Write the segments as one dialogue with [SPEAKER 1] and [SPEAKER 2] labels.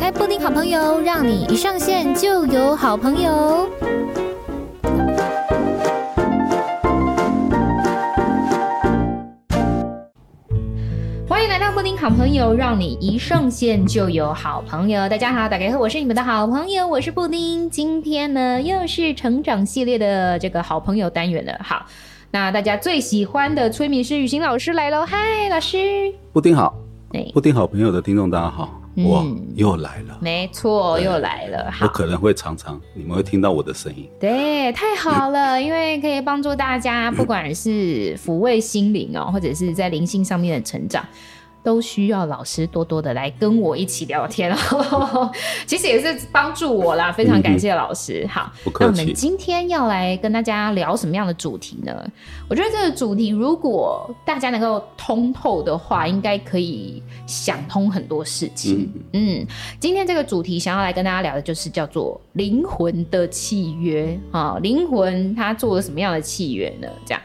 [SPEAKER 1] 开布丁好朋友，让你一上线就有好朋友。欢迎来到布丁好朋友，让你一上线就有好朋友。大家好，打开后我是你们的好朋友，我是布丁。今天呢，又是成长系列的这个好朋友单元了。好，那大家最喜欢的催眠师雨欣老师来喽！嗨，老师。
[SPEAKER 2] 布丁好，
[SPEAKER 1] 对，
[SPEAKER 2] 布丁好朋友的听众大家好，我
[SPEAKER 1] 嗯
[SPEAKER 2] 又来了，
[SPEAKER 1] 没错，
[SPEAKER 2] 对
[SPEAKER 1] 又来了。
[SPEAKER 2] 我
[SPEAKER 1] 好，
[SPEAKER 2] 可能会常常你们会听到我的声音，
[SPEAKER 1] 对，太好
[SPEAKER 2] 嗯
[SPEAKER 1] 了，因为可以帮助大家，不管是抚慰心灵哦，或者是在灵性上面的成长。都需要老师多多的来跟我一起聊天哦， 其实也是帮助我啦，非常感谢老师。好，
[SPEAKER 2] 不
[SPEAKER 1] 那
[SPEAKER 2] 客
[SPEAKER 1] 我们
[SPEAKER 2] 气。
[SPEAKER 1] 今天要来跟大家聊什么样的主题呢？我觉得这个主题如果大家能够通透的话，应该可以想通很多事情。嗯今天这个主题想要来跟大家聊的就是叫做灵魂的契约啊，灵魂它做了什么样的契约呢？这样，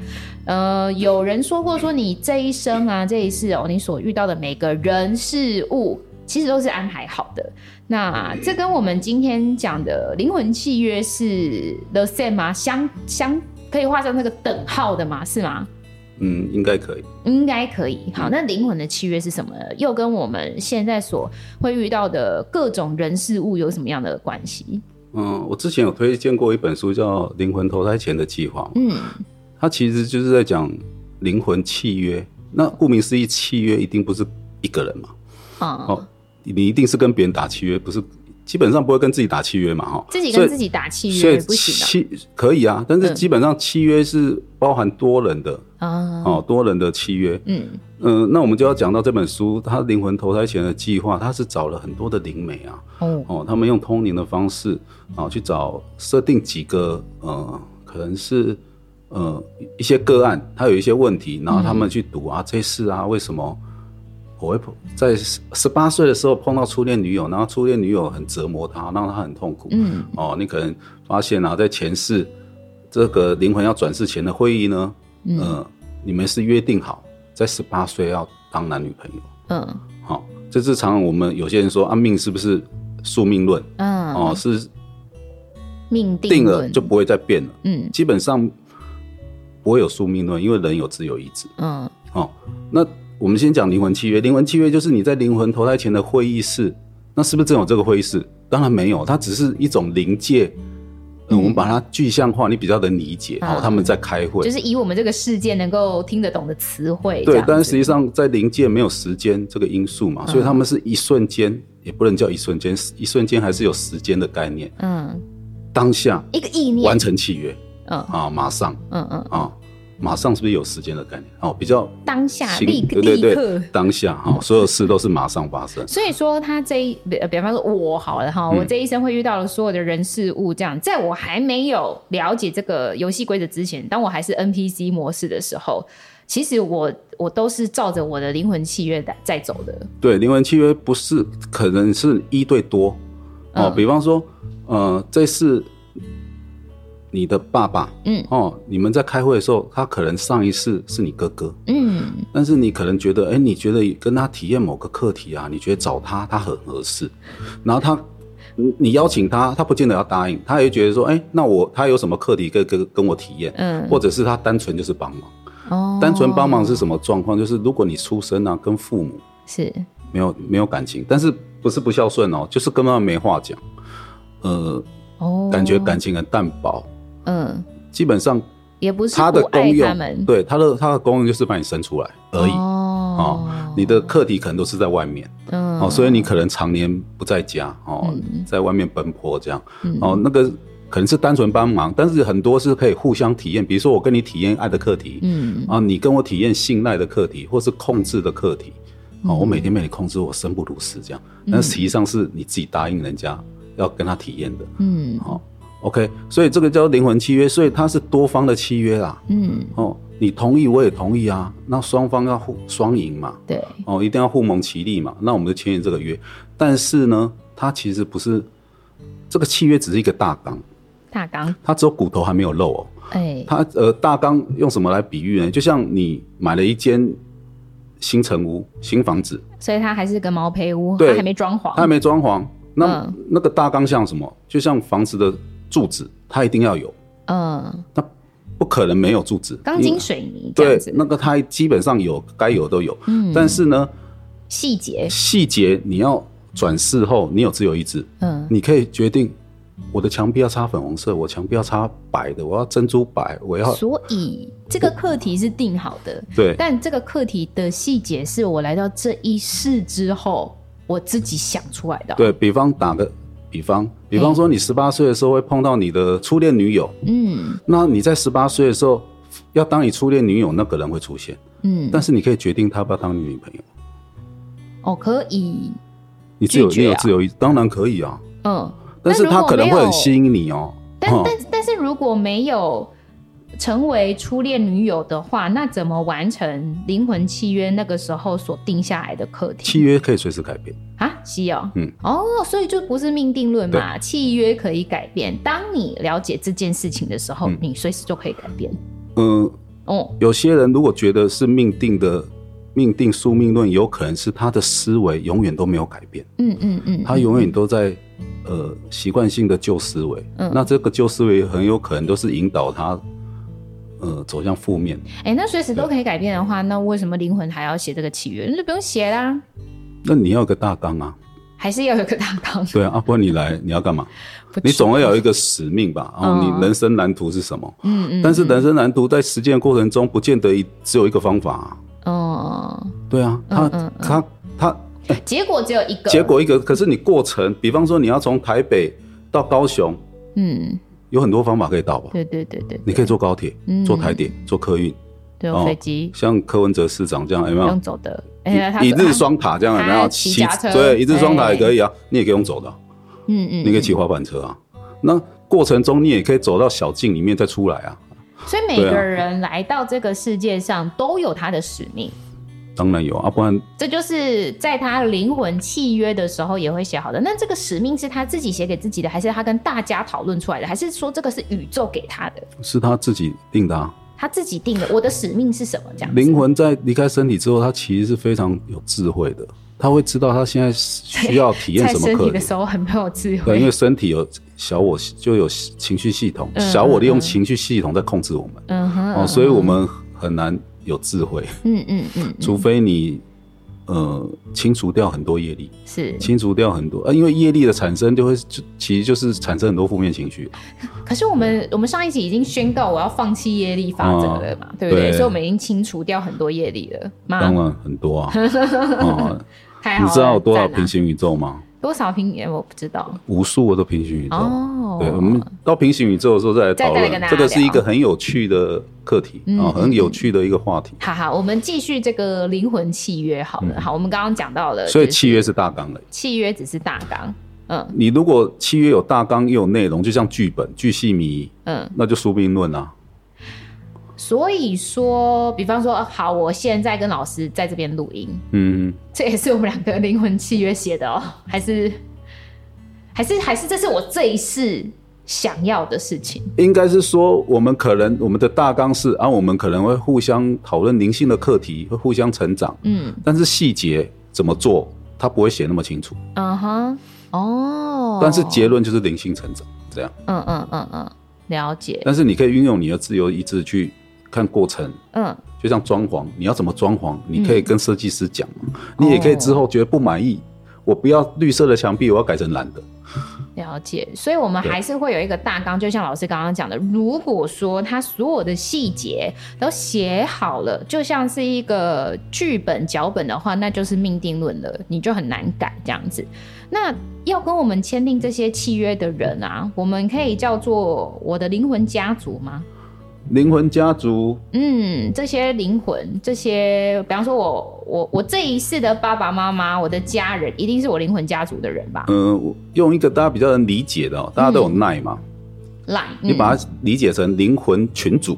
[SPEAKER 1] 呃，有人说过说你这一生啊，这一世哦，你所遇到的每个人事物。其实都是安排好的，那这跟我们今天讲的灵魂契约是 the same 吗？相相可以画上那个等号的吗？是吗？
[SPEAKER 2] 嗯，应该可以。
[SPEAKER 1] 应该可
[SPEAKER 2] 嗯
[SPEAKER 1] 以。好，那灵魂的契约是什么呢？又跟我们现在所会遇到的各种人事物有什么样的关系？
[SPEAKER 2] 嗯，我之前有推荐过一本书叫《灵魂投胎前的计划》，
[SPEAKER 1] 嗯
[SPEAKER 2] 它其实就是在讲灵魂契约。那顾名思义，契约一定不是一个人嘛，
[SPEAKER 1] 啊、
[SPEAKER 2] 哦，你一定是跟别人打契约，不是基本上不会跟自己打契约嘛，哈、哦。
[SPEAKER 1] 自己
[SPEAKER 2] 所
[SPEAKER 1] 跟
[SPEAKER 2] 以
[SPEAKER 1] 自己打契
[SPEAKER 2] 所以
[SPEAKER 1] 约不行啊
[SPEAKER 2] 契可以啊，但是
[SPEAKER 1] 嗯
[SPEAKER 2] 基本上契约是包含多人的、
[SPEAKER 1] 的啊。
[SPEAKER 2] 哦，多人的契约。
[SPEAKER 1] 嗯
[SPEAKER 2] 嗯，那我们就要讲到这本书，它《灵魂投胎前的计划》，它是找了很多的灵媒啊，
[SPEAKER 1] 哦
[SPEAKER 2] 哦，他们用通灵的方式啊去找设定几个呃，可能是呃一些个案，他有一些问题，然后他们去读啊，这事啊，为什么我会碰在十八岁的时候碰到初恋女友，然后初恋女友很折磨他，让他很痛苦，
[SPEAKER 1] 嗯
[SPEAKER 2] 哦，你可能发现啊，在前世这个灵魂要转世前的会议呢，
[SPEAKER 1] 嗯
[SPEAKER 2] 呃，你们是约定好在十八岁要当男女朋友，
[SPEAKER 1] 嗯
[SPEAKER 2] 好、这是常常我们有些人说啊，命是不是宿命论？
[SPEAKER 1] 嗯
[SPEAKER 2] 哦，是
[SPEAKER 1] 命定
[SPEAKER 2] 定了
[SPEAKER 1] 论
[SPEAKER 2] 就不会再变了，
[SPEAKER 1] 嗯
[SPEAKER 2] 基本上不会有宿命论，因为人有自由意志。
[SPEAKER 1] 嗯
[SPEAKER 2] 哦，那我们先讲灵魂契约。灵魂契约就是你在灵魂投胎前的会议室，那是不是真有这个会议室？当然没有，它只是一种灵界。嗯，我们把它具象化，你比较能理解。
[SPEAKER 1] 啊
[SPEAKER 2] 哦，他们在开会，
[SPEAKER 1] 就是以我们这个世界能够听得懂的词汇这
[SPEAKER 2] 对
[SPEAKER 1] 样，子。啊
[SPEAKER 2] 但是实际上在灵界没有时间这个因素嘛，所以他们是一瞬间，也不能叫一瞬间，一瞬间还是有时间的概念。
[SPEAKER 1] 嗯，
[SPEAKER 2] 当下
[SPEAKER 1] 一个意念
[SPEAKER 2] 完，成契约
[SPEAKER 1] 嗯
[SPEAKER 2] 啊，马上
[SPEAKER 1] 嗯嗯，
[SPEAKER 2] 啊，马上是不是有时间的概念？哦，比较
[SPEAKER 1] 当下
[SPEAKER 2] 行
[SPEAKER 1] 立
[SPEAKER 2] 对对
[SPEAKER 1] 立刻
[SPEAKER 2] 对，。当下哈、哦，所有事都是马上发生。
[SPEAKER 1] 所以说，他这一比比方说我好了哈，
[SPEAKER 2] 嗯
[SPEAKER 1] 我这一生会遇到的所有的人事物，这样，在我还没有了解这个游戏规则之前，当我还是 NPC 模式的时候，其实我我都是照着我的灵魂契约在在走的。
[SPEAKER 2] 对，灵魂契约不是可能是一对多哦，
[SPEAKER 1] 嗯
[SPEAKER 2] 比方说，呃，这是你的爸爸，
[SPEAKER 1] 嗯
[SPEAKER 2] 哦，你们在开会的时候，他可能上一世是你哥哥，
[SPEAKER 1] 嗯
[SPEAKER 2] 但是你可能觉得，哎、你觉得跟他体验某个课题啊，你觉得找他他很合适，然后他。你你邀请他，他不见得要答应，他也觉得说，哎、那我他有什么课题跟跟跟我体验，
[SPEAKER 1] 嗯，
[SPEAKER 2] 或者是他单纯就是帮忙，
[SPEAKER 1] 哦
[SPEAKER 2] 单纯帮忙是什么状况？就是如果你出生啊，跟父母
[SPEAKER 1] 是
[SPEAKER 2] 没有没有感情，但是不是不孝顺哦，就是根本没话讲，呃，
[SPEAKER 1] 哦，
[SPEAKER 2] 感觉感情很淡薄，
[SPEAKER 1] 嗯，
[SPEAKER 2] 基本上
[SPEAKER 1] 也不是
[SPEAKER 2] 它的
[SPEAKER 1] 不爱
[SPEAKER 2] 功
[SPEAKER 1] 他
[SPEAKER 2] 用
[SPEAKER 1] 们，
[SPEAKER 2] 对它的它的功用就是把你生出来而已。
[SPEAKER 1] 哦
[SPEAKER 2] 哦，你的课题可能都是在外面
[SPEAKER 1] 嗯
[SPEAKER 2] 哦，所以你可能常年不在家哦
[SPEAKER 1] 嗯，
[SPEAKER 2] 在外面奔波这样
[SPEAKER 1] 嗯
[SPEAKER 2] 哦，那个可能是单纯帮忙，但是很多是可以互相体验，比如说我跟你体验爱的课题，
[SPEAKER 1] 嗯
[SPEAKER 2] 啊，你跟我体验信赖的课题，或是控制的课题，哦，我每天被你控制，我生不如死这样。但实际上是你自己答应人家要跟他体验的，
[SPEAKER 1] 嗯
[SPEAKER 2] 哦，OK，所以这个叫灵魂契约，所以它是多方的契约啦，
[SPEAKER 1] 嗯，
[SPEAKER 2] 哦，你同意我也同意啊，那双方要互双赢嘛，
[SPEAKER 1] 对，
[SPEAKER 2] 哦，一定要互蒙其利嘛，那我们就签订这个约。但是呢，它其实不是这个契约，只是一个大纲，
[SPEAKER 1] 大纲
[SPEAKER 2] 它只有骨头还没有肉哦。
[SPEAKER 1] 哎，
[SPEAKER 2] 它呃大纲用什么来比喻呢？就像你买了一间新城屋、新房子，
[SPEAKER 1] 哦所以他还是个毛坯屋，
[SPEAKER 2] 对
[SPEAKER 1] 他还没装潢，
[SPEAKER 2] 它还没装潢，那、
[SPEAKER 1] 嗯
[SPEAKER 2] 那个大纲像什么？就像房子的柱子，它一定要有，
[SPEAKER 1] 嗯，
[SPEAKER 2] 它不可能没有柱子。
[SPEAKER 1] 钢筋水泥这
[SPEAKER 2] 嗯对
[SPEAKER 1] 样子，，嗯
[SPEAKER 2] 那个它基本上有该有都有。但是呢，
[SPEAKER 1] 细节，
[SPEAKER 2] 细节你要转世后，你有自由意志，
[SPEAKER 1] 嗯
[SPEAKER 2] 你可以决定我的墙壁要擦粉红色，我墙壁要擦白的，我要珍珠白，我要
[SPEAKER 1] 所以这个课题是定好的，
[SPEAKER 2] 对
[SPEAKER 1] 但这个课题的细节是我来到这一世之后我自己想出来的。，
[SPEAKER 2] 对比方打个比方，比方说你十八岁的时候会碰到你的初恋女友，
[SPEAKER 1] 嗯
[SPEAKER 2] 那你在十八岁的时候要当你初恋女友那个人会出现，
[SPEAKER 1] 嗯，
[SPEAKER 2] 但是你可以决定她要不要当你女朋友，
[SPEAKER 1] 哦，可以，
[SPEAKER 2] 你自由
[SPEAKER 1] 拒绝
[SPEAKER 2] 你有
[SPEAKER 1] 啊
[SPEAKER 2] 自由意志，当然可以啊，
[SPEAKER 1] 嗯，
[SPEAKER 2] 但是
[SPEAKER 1] 如
[SPEAKER 2] 她
[SPEAKER 1] 果
[SPEAKER 2] 可能
[SPEAKER 1] 没
[SPEAKER 2] 会很
[SPEAKER 1] 有
[SPEAKER 2] 吸引你哦。
[SPEAKER 1] 但
[SPEAKER 2] 哦
[SPEAKER 1] 但但是如果没有成为初恋女友的话，那怎么完成灵魂契约那个时候所定下来的课题？
[SPEAKER 2] 契约可以随时改变，
[SPEAKER 1] 啊，是哦，
[SPEAKER 2] 嗯，
[SPEAKER 1] 哦，所以就不是命定论嘛，契约可以改变。当你了解这件事情的时候，
[SPEAKER 2] 嗯
[SPEAKER 1] 你随时就可以改变。
[SPEAKER 2] 嗯、
[SPEAKER 1] 哦，
[SPEAKER 2] 有些人如果觉得是命定的命定宿命论，有可能是他的思维永远都没有改变，
[SPEAKER 1] 嗯嗯嗯，
[SPEAKER 2] 他永远都在呃习惯性的旧思维。
[SPEAKER 1] 嗯
[SPEAKER 2] 那这个旧思维很有可能都是引导他呃走向负面。
[SPEAKER 1] 哎、那随时都可以改变的话，那为什么灵魂还要写这个契约？那就不用写啦，
[SPEAKER 2] 那你要有个大纲啊，
[SPEAKER 1] 还是要有个大纲。
[SPEAKER 2] 对啊，啊不然你来你要干嘛？
[SPEAKER 1] 不知
[SPEAKER 2] 你啊总要有一个使命吧？哦，
[SPEAKER 1] 嗯
[SPEAKER 2] 你人生蓝图是什么？
[SPEAKER 1] 嗯嗯，
[SPEAKER 2] 但是人生蓝图在实践过程中，不见得一只有一个方法、啊。
[SPEAKER 1] 哦，
[SPEAKER 2] 对啊，他
[SPEAKER 1] 嗯嗯嗯
[SPEAKER 2] 他他
[SPEAKER 1] 结果只有一个，
[SPEAKER 2] 结果一个，可是你过程，比方说你要从台北到高雄，
[SPEAKER 1] 嗯，
[SPEAKER 2] 有很多方法可以到吧？
[SPEAKER 1] 对对对对，
[SPEAKER 2] 你可以坐高铁
[SPEAKER 1] 嗯、
[SPEAKER 2] 坐台铁、坐客运，
[SPEAKER 1] 对，有
[SPEAKER 2] 哦
[SPEAKER 1] 飞机、
[SPEAKER 2] 像柯文哲市长这样有没
[SPEAKER 1] 不用
[SPEAKER 2] 有？
[SPEAKER 1] 走的，哎、呀，他
[SPEAKER 2] 一
[SPEAKER 1] 走
[SPEAKER 2] 日，双塔这样有没
[SPEAKER 1] 他
[SPEAKER 2] 有？
[SPEAKER 1] 骑脚踏车
[SPEAKER 2] 对，一日双塔也可以啊，你也可以用走的啊，
[SPEAKER 1] 嗯嗯，
[SPEAKER 2] 你可以骑滑板车啊。那过程中你也可以走到小径里面再出来啊，
[SPEAKER 1] 所以每
[SPEAKER 2] 对啊
[SPEAKER 1] 个人来到这个世界上都有他的使命。
[SPEAKER 2] 当然有啊，不然
[SPEAKER 1] 这就是在他灵魂契约的时候也会写好的。那这个使命是他自己写给自己的，还是他跟大家讨论出来的，还是说这个是宇宙给他的，
[SPEAKER 2] 是他自己定的啊。
[SPEAKER 1] 他自己定的？我的使命是什么？这样子
[SPEAKER 2] 灵魂在离开身体之后，他其实是非常有智慧的，他会知道他现在需要体验
[SPEAKER 1] 在
[SPEAKER 2] 什么
[SPEAKER 1] 身
[SPEAKER 2] 课
[SPEAKER 1] 体
[SPEAKER 2] 题
[SPEAKER 1] 的。时候很没有智
[SPEAKER 2] 对，因
[SPEAKER 1] 慧
[SPEAKER 2] 为。身体有小我，就有情绪系统，
[SPEAKER 1] 嗯
[SPEAKER 2] 小我利用
[SPEAKER 1] 嗯
[SPEAKER 2] 情绪系统在控制我们、
[SPEAKER 1] 嗯哼，
[SPEAKER 2] 哦，所以我们很难有智慧，
[SPEAKER 1] 嗯嗯嗯，
[SPEAKER 2] 除非你呃清除掉很多业力，
[SPEAKER 1] 是。
[SPEAKER 2] 清除掉很多啊，因为业力的产生就会就其实就是产生很多负面情绪，
[SPEAKER 1] 可是我们我们上一集已经宣告我要放弃业力法则了嘛，对不对？
[SPEAKER 2] 对
[SPEAKER 1] 所以我们已经清除掉很多业力了
[SPEAKER 2] 当
[SPEAKER 1] 嘛。
[SPEAKER 2] 然很多 啊。哦，
[SPEAKER 1] 太好
[SPEAKER 2] 你
[SPEAKER 1] 了，
[SPEAKER 2] 知道有多少
[SPEAKER 1] 赞啊
[SPEAKER 2] 平行宇宙吗？
[SPEAKER 1] 多少平也我不知道
[SPEAKER 2] 无数的平行宇宙。
[SPEAKER 1] 哦。
[SPEAKER 2] 对，我们到平行宇宙的时候再来
[SPEAKER 1] 再
[SPEAKER 2] 讨
[SPEAKER 1] 再来跟
[SPEAKER 2] 论
[SPEAKER 1] 大，家
[SPEAKER 2] 这个是一
[SPEAKER 1] 聊
[SPEAKER 2] 个很有趣的课题
[SPEAKER 1] 嗯
[SPEAKER 2] 啊、哦，很
[SPEAKER 1] 嗯
[SPEAKER 2] 有
[SPEAKER 1] 嗯
[SPEAKER 2] 趣的一个话题。
[SPEAKER 1] 好好，我们继续这个灵魂契约好了。好，我们刚刚讲到了，
[SPEAKER 2] 嗯所以
[SPEAKER 1] 就是
[SPEAKER 2] 契约是大纲的。
[SPEAKER 1] 契约只是大纲。嗯
[SPEAKER 2] 你如果契约有大纲又有内容，就像剧本、巨细靡遗，
[SPEAKER 1] 嗯，
[SPEAKER 2] 那就宿命论啊。
[SPEAKER 1] 所以说，比方说，好，我现在跟老师在这边录音，
[SPEAKER 2] 嗯，
[SPEAKER 1] 这也是我们两个灵魂契约写的哦， 还是还是还是这是我这一世想要的事情。
[SPEAKER 2] 应该是说我们可能我们的大纲是啊，我们可能会互相讨论灵性的课题，会互相成长，
[SPEAKER 1] 嗯
[SPEAKER 2] 但是细节怎么做，他不会写那么清楚。
[SPEAKER 1] 嗯哼，哦，
[SPEAKER 2] 但是结论就是灵性成长这样，
[SPEAKER 1] 嗯嗯嗯嗯，了解，
[SPEAKER 2] 但是你可以运用你的自由意志去看过程。
[SPEAKER 1] 嗯
[SPEAKER 2] 就像装潢，你要怎么装潢，你可以跟设计师讲嘛，你也可以之后觉得不满意，我不要绿色的墙壁，我要改成蓝的。
[SPEAKER 1] 了解，所以我们
[SPEAKER 2] 对
[SPEAKER 1] 还是会有一个大纲，就像老师刚刚讲的，如果说他所有的细节都写好了，就像是一个剧本脚本的话，那就是命定论了，你就很难改这样子。那要跟我们签订这些契约的人啊，我们可以叫做我的灵魂家族吗？
[SPEAKER 2] 灵魂家族
[SPEAKER 1] 嗯，这些灵魂，这些，比方说我我我这一世的爸爸妈妈，我的家人，一定是我灵魂家族的人吧？
[SPEAKER 2] 嗯，我用一个大家比较能理解的、哦，大家都有耐嘛，
[SPEAKER 1] 来，
[SPEAKER 2] 你把
[SPEAKER 1] 嗯
[SPEAKER 2] 它理解成灵魂 群主，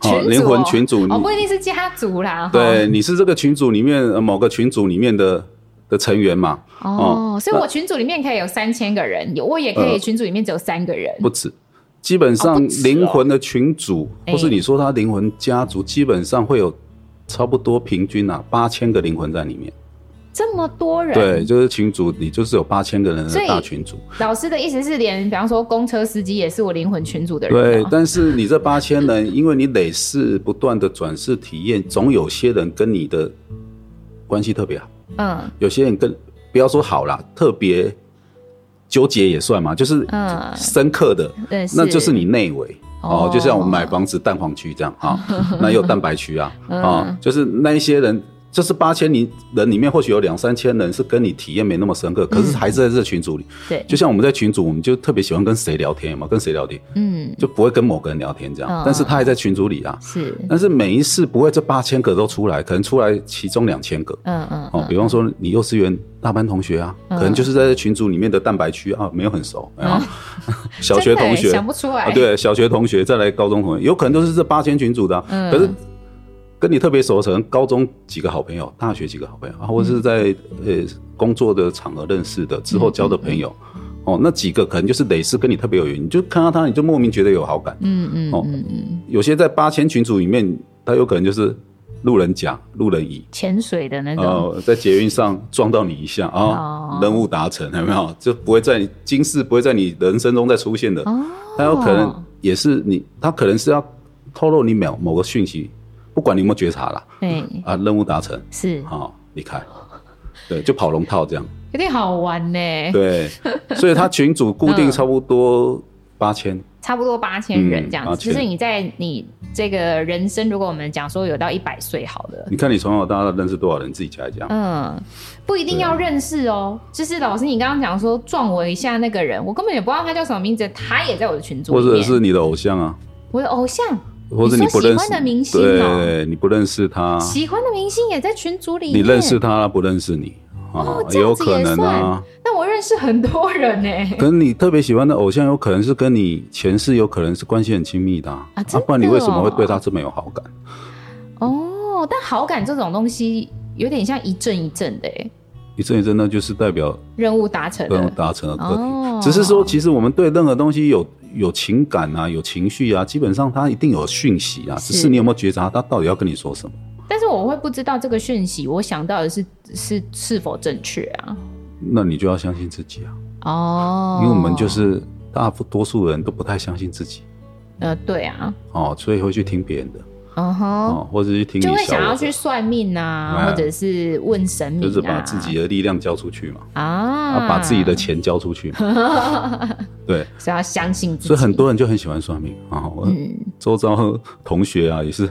[SPEAKER 1] 群组
[SPEAKER 2] 灵魂群主，
[SPEAKER 1] 哦，
[SPEAKER 2] 你
[SPEAKER 1] 不一定是家族啦。
[SPEAKER 2] 对，你是这个群组里面呃某个群组里面的的成员嘛，
[SPEAKER 1] 哈哦，
[SPEAKER 2] 哦
[SPEAKER 1] 所以我群组里面可以有三千个人，有我也可以
[SPEAKER 2] 呃
[SPEAKER 1] 群组里面只有三个人。
[SPEAKER 2] 不止。基本
[SPEAKER 1] 哦
[SPEAKER 2] 上
[SPEAKER 1] 不止哦
[SPEAKER 2] 灵魂的群主，
[SPEAKER 1] 哎
[SPEAKER 2] 或是你说他灵魂家族，基本上会有差不多平均啊八千个灵魂在里面。
[SPEAKER 1] 这么多人，
[SPEAKER 2] 对，就是群主，你就是有八千个人
[SPEAKER 1] 所
[SPEAKER 2] 的
[SPEAKER 1] 以
[SPEAKER 2] 大群主，
[SPEAKER 1] 老师的意思是连，比方说公车司机也是我灵魂群组的人
[SPEAKER 2] 对
[SPEAKER 1] 哦、。
[SPEAKER 2] 但是你这八千人，因为你累世不断的转世体验，总有些人跟你的关系特别好，
[SPEAKER 1] 嗯
[SPEAKER 2] 有些人跟不要说好啦，特别纠结也算嘛，就是
[SPEAKER 1] 嗯
[SPEAKER 2] 深刻的，
[SPEAKER 1] 对，
[SPEAKER 2] 那就是你内围
[SPEAKER 1] 哦
[SPEAKER 2] 哦，就像我们买房子蛋黄区这样 啊，那也有蛋白区啊
[SPEAKER 1] 嗯
[SPEAKER 2] 啊，就是那一些人，就是八千里人里面，或许有两三千人是跟你体验没那么深
[SPEAKER 1] 嗯
[SPEAKER 2] 刻，可是还是在这群组里。
[SPEAKER 1] 对，
[SPEAKER 2] 就像我们在群组，我们就特别喜欢跟谁聊天嘛，跟谁聊天
[SPEAKER 1] 嗯
[SPEAKER 2] 就不会跟某个人聊天这
[SPEAKER 1] 嗯
[SPEAKER 2] 样，但是他还在群组里啊。
[SPEAKER 1] 是，
[SPEAKER 2] 但是每一次不会这八千个都出来，可能出来其中两千个。
[SPEAKER 1] 嗯嗯
[SPEAKER 2] 哦，比方说你幼稚园大班同学啊，
[SPEAKER 1] 嗯
[SPEAKER 2] 可能就是在这群组里面的蛋白区啊，没有很熟， 啊，小学
[SPEAKER 1] 真的
[SPEAKER 2] 同
[SPEAKER 1] 耶
[SPEAKER 2] 学
[SPEAKER 1] 想不出来，
[SPEAKER 2] 啊，，对，小学同学再来高中同学，有可能都是这八千群组的啊、
[SPEAKER 1] 嗯
[SPEAKER 2] 可是跟你特别熟，可能高中几个好朋友，大学几个好朋友，
[SPEAKER 1] 嗯
[SPEAKER 2] 啊、或者是在呃工作的场合认识的，之后交的朋友，
[SPEAKER 1] 嗯
[SPEAKER 2] 哦，那几个可能就是累世跟你特别有缘，你就看到他，你就莫名觉得有好感。
[SPEAKER 1] 嗯嗯
[SPEAKER 2] 哦
[SPEAKER 1] 嗯嗯，
[SPEAKER 2] 有些在八千群组里面，他有可能就是路人甲、路人乙。
[SPEAKER 1] 潜水的那种，
[SPEAKER 2] 呃，在捷运上撞到你一下啊、
[SPEAKER 1] 嗯哦
[SPEAKER 2] 任务达成，有没有？就不会在你今世不会在你人生中再出现的。
[SPEAKER 1] 哦，
[SPEAKER 2] 他有可能也是你，他可能是要透露你某某个讯息，不管你有没有觉察啦，
[SPEAKER 1] 对，
[SPEAKER 2] 啊，任务达成，
[SPEAKER 1] 是
[SPEAKER 2] 好、离开，对，就跑龙套这样，
[SPEAKER 1] 有点好玩呢，
[SPEAKER 2] 对，所以他群组固
[SPEAKER 1] 嗯
[SPEAKER 2] 定差不多八千、
[SPEAKER 1] 差不多八千人
[SPEAKER 2] 嗯
[SPEAKER 1] 这样子，
[SPEAKER 2] 8000
[SPEAKER 1] 就是你在你这个人生，如果我们讲说有到一百岁好了。
[SPEAKER 2] 你看你从小到大认识多少人，自己加一加，
[SPEAKER 1] 嗯，不一定要
[SPEAKER 2] 啊
[SPEAKER 1] 认识哦。就是老师，你刚刚讲说撞我一下那个人，我根本也不知道他叫什么名字，他也在我的群组
[SPEAKER 2] 或
[SPEAKER 1] 里面。
[SPEAKER 2] 者是你的偶像啊，
[SPEAKER 1] 我的偶像，
[SPEAKER 2] 或者你不
[SPEAKER 1] 你说喜
[SPEAKER 2] 认识
[SPEAKER 1] 欢的明星哦
[SPEAKER 2] 对，你不认识他，
[SPEAKER 1] 喜欢的明星也在群组里
[SPEAKER 2] 你
[SPEAKER 1] 面。
[SPEAKER 2] 认识？他，他不认识你。啊
[SPEAKER 1] 哦，这
[SPEAKER 2] 也有
[SPEAKER 1] 样子
[SPEAKER 2] 可
[SPEAKER 1] 也
[SPEAKER 2] 能啊
[SPEAKER 1] 算，那我认识很多人呢。
[SPEAKER 2] 可能你特别喜欢的偶像，有可能是跟你前世有可能是关系很亲密的啊
[SPEAKER 1] 啊真的
[SPEAKER 2] 不然你为什么会对他这么有好感？
[SPEAKER 1] 哦，但好感这种东西有点像一阵一阵的耶，
[SPEAKER 2] 一阵一阵，那就是代表
[SPEAKER 1] 任务达成
[SPEAKER 2] 跟我
[SPEAKER 1] 了。
[SPEAKER 2] 达成了个体。
[SPEAKER 1] 哦
[SPEAKER 2] 只是说，其实我们对任何东西有有情感啊，有情绪啊，基本上它一定有讯息啊，
[SPEAKER 1] 是
[SPEAKER 2] 只是你有没有觉察它到底要跟你说什么？
[SPEAKER 1] 但是我会不知道这个讯息，我想到的是是是否正确啊？
[SPEAKER 2] 那你就要相信自己啊，
[SPEAKER 1] 哦，
[SPEAKER 2] 因为我们就是大多数人都不太相信自己
[SPEAKER 1] 呃，对啊，
[SPEAKER 2] 哦，所以会去听别人的
[SPEAKER 1] 嗯哼。
[SPEAKER 2] 哦，或者去听你
[SPEAKER 1] 就会
[SPEAKER 2] 小
[SPEAKER 1] 想要
[SPEAKER 2] 我
[SPEAKER 1] 去
[SPEAKER 2] 的，
[SPEAKER 1] 算命啊，
[SPEAKER 2] 哎
[SPEAKER 1] 或者是问神明啊，
[SPEAKER 2] 就是把自己的力量交出去嘛，
[SPEAKER 1] 啊
[SPEAKER 2] 啊，把自己的，钱交出去嘛，
[SPEAKER 1] 嗯
[SPEAKER 2] 对。
[SPEAKER 1] 所以要相信自己。
[SPEAKER 2] 所以很多人就很喜欢算命啊。我
[SPEAKER 1] 嗯，
[SPEAKER 2] 周遭同学啊，也是，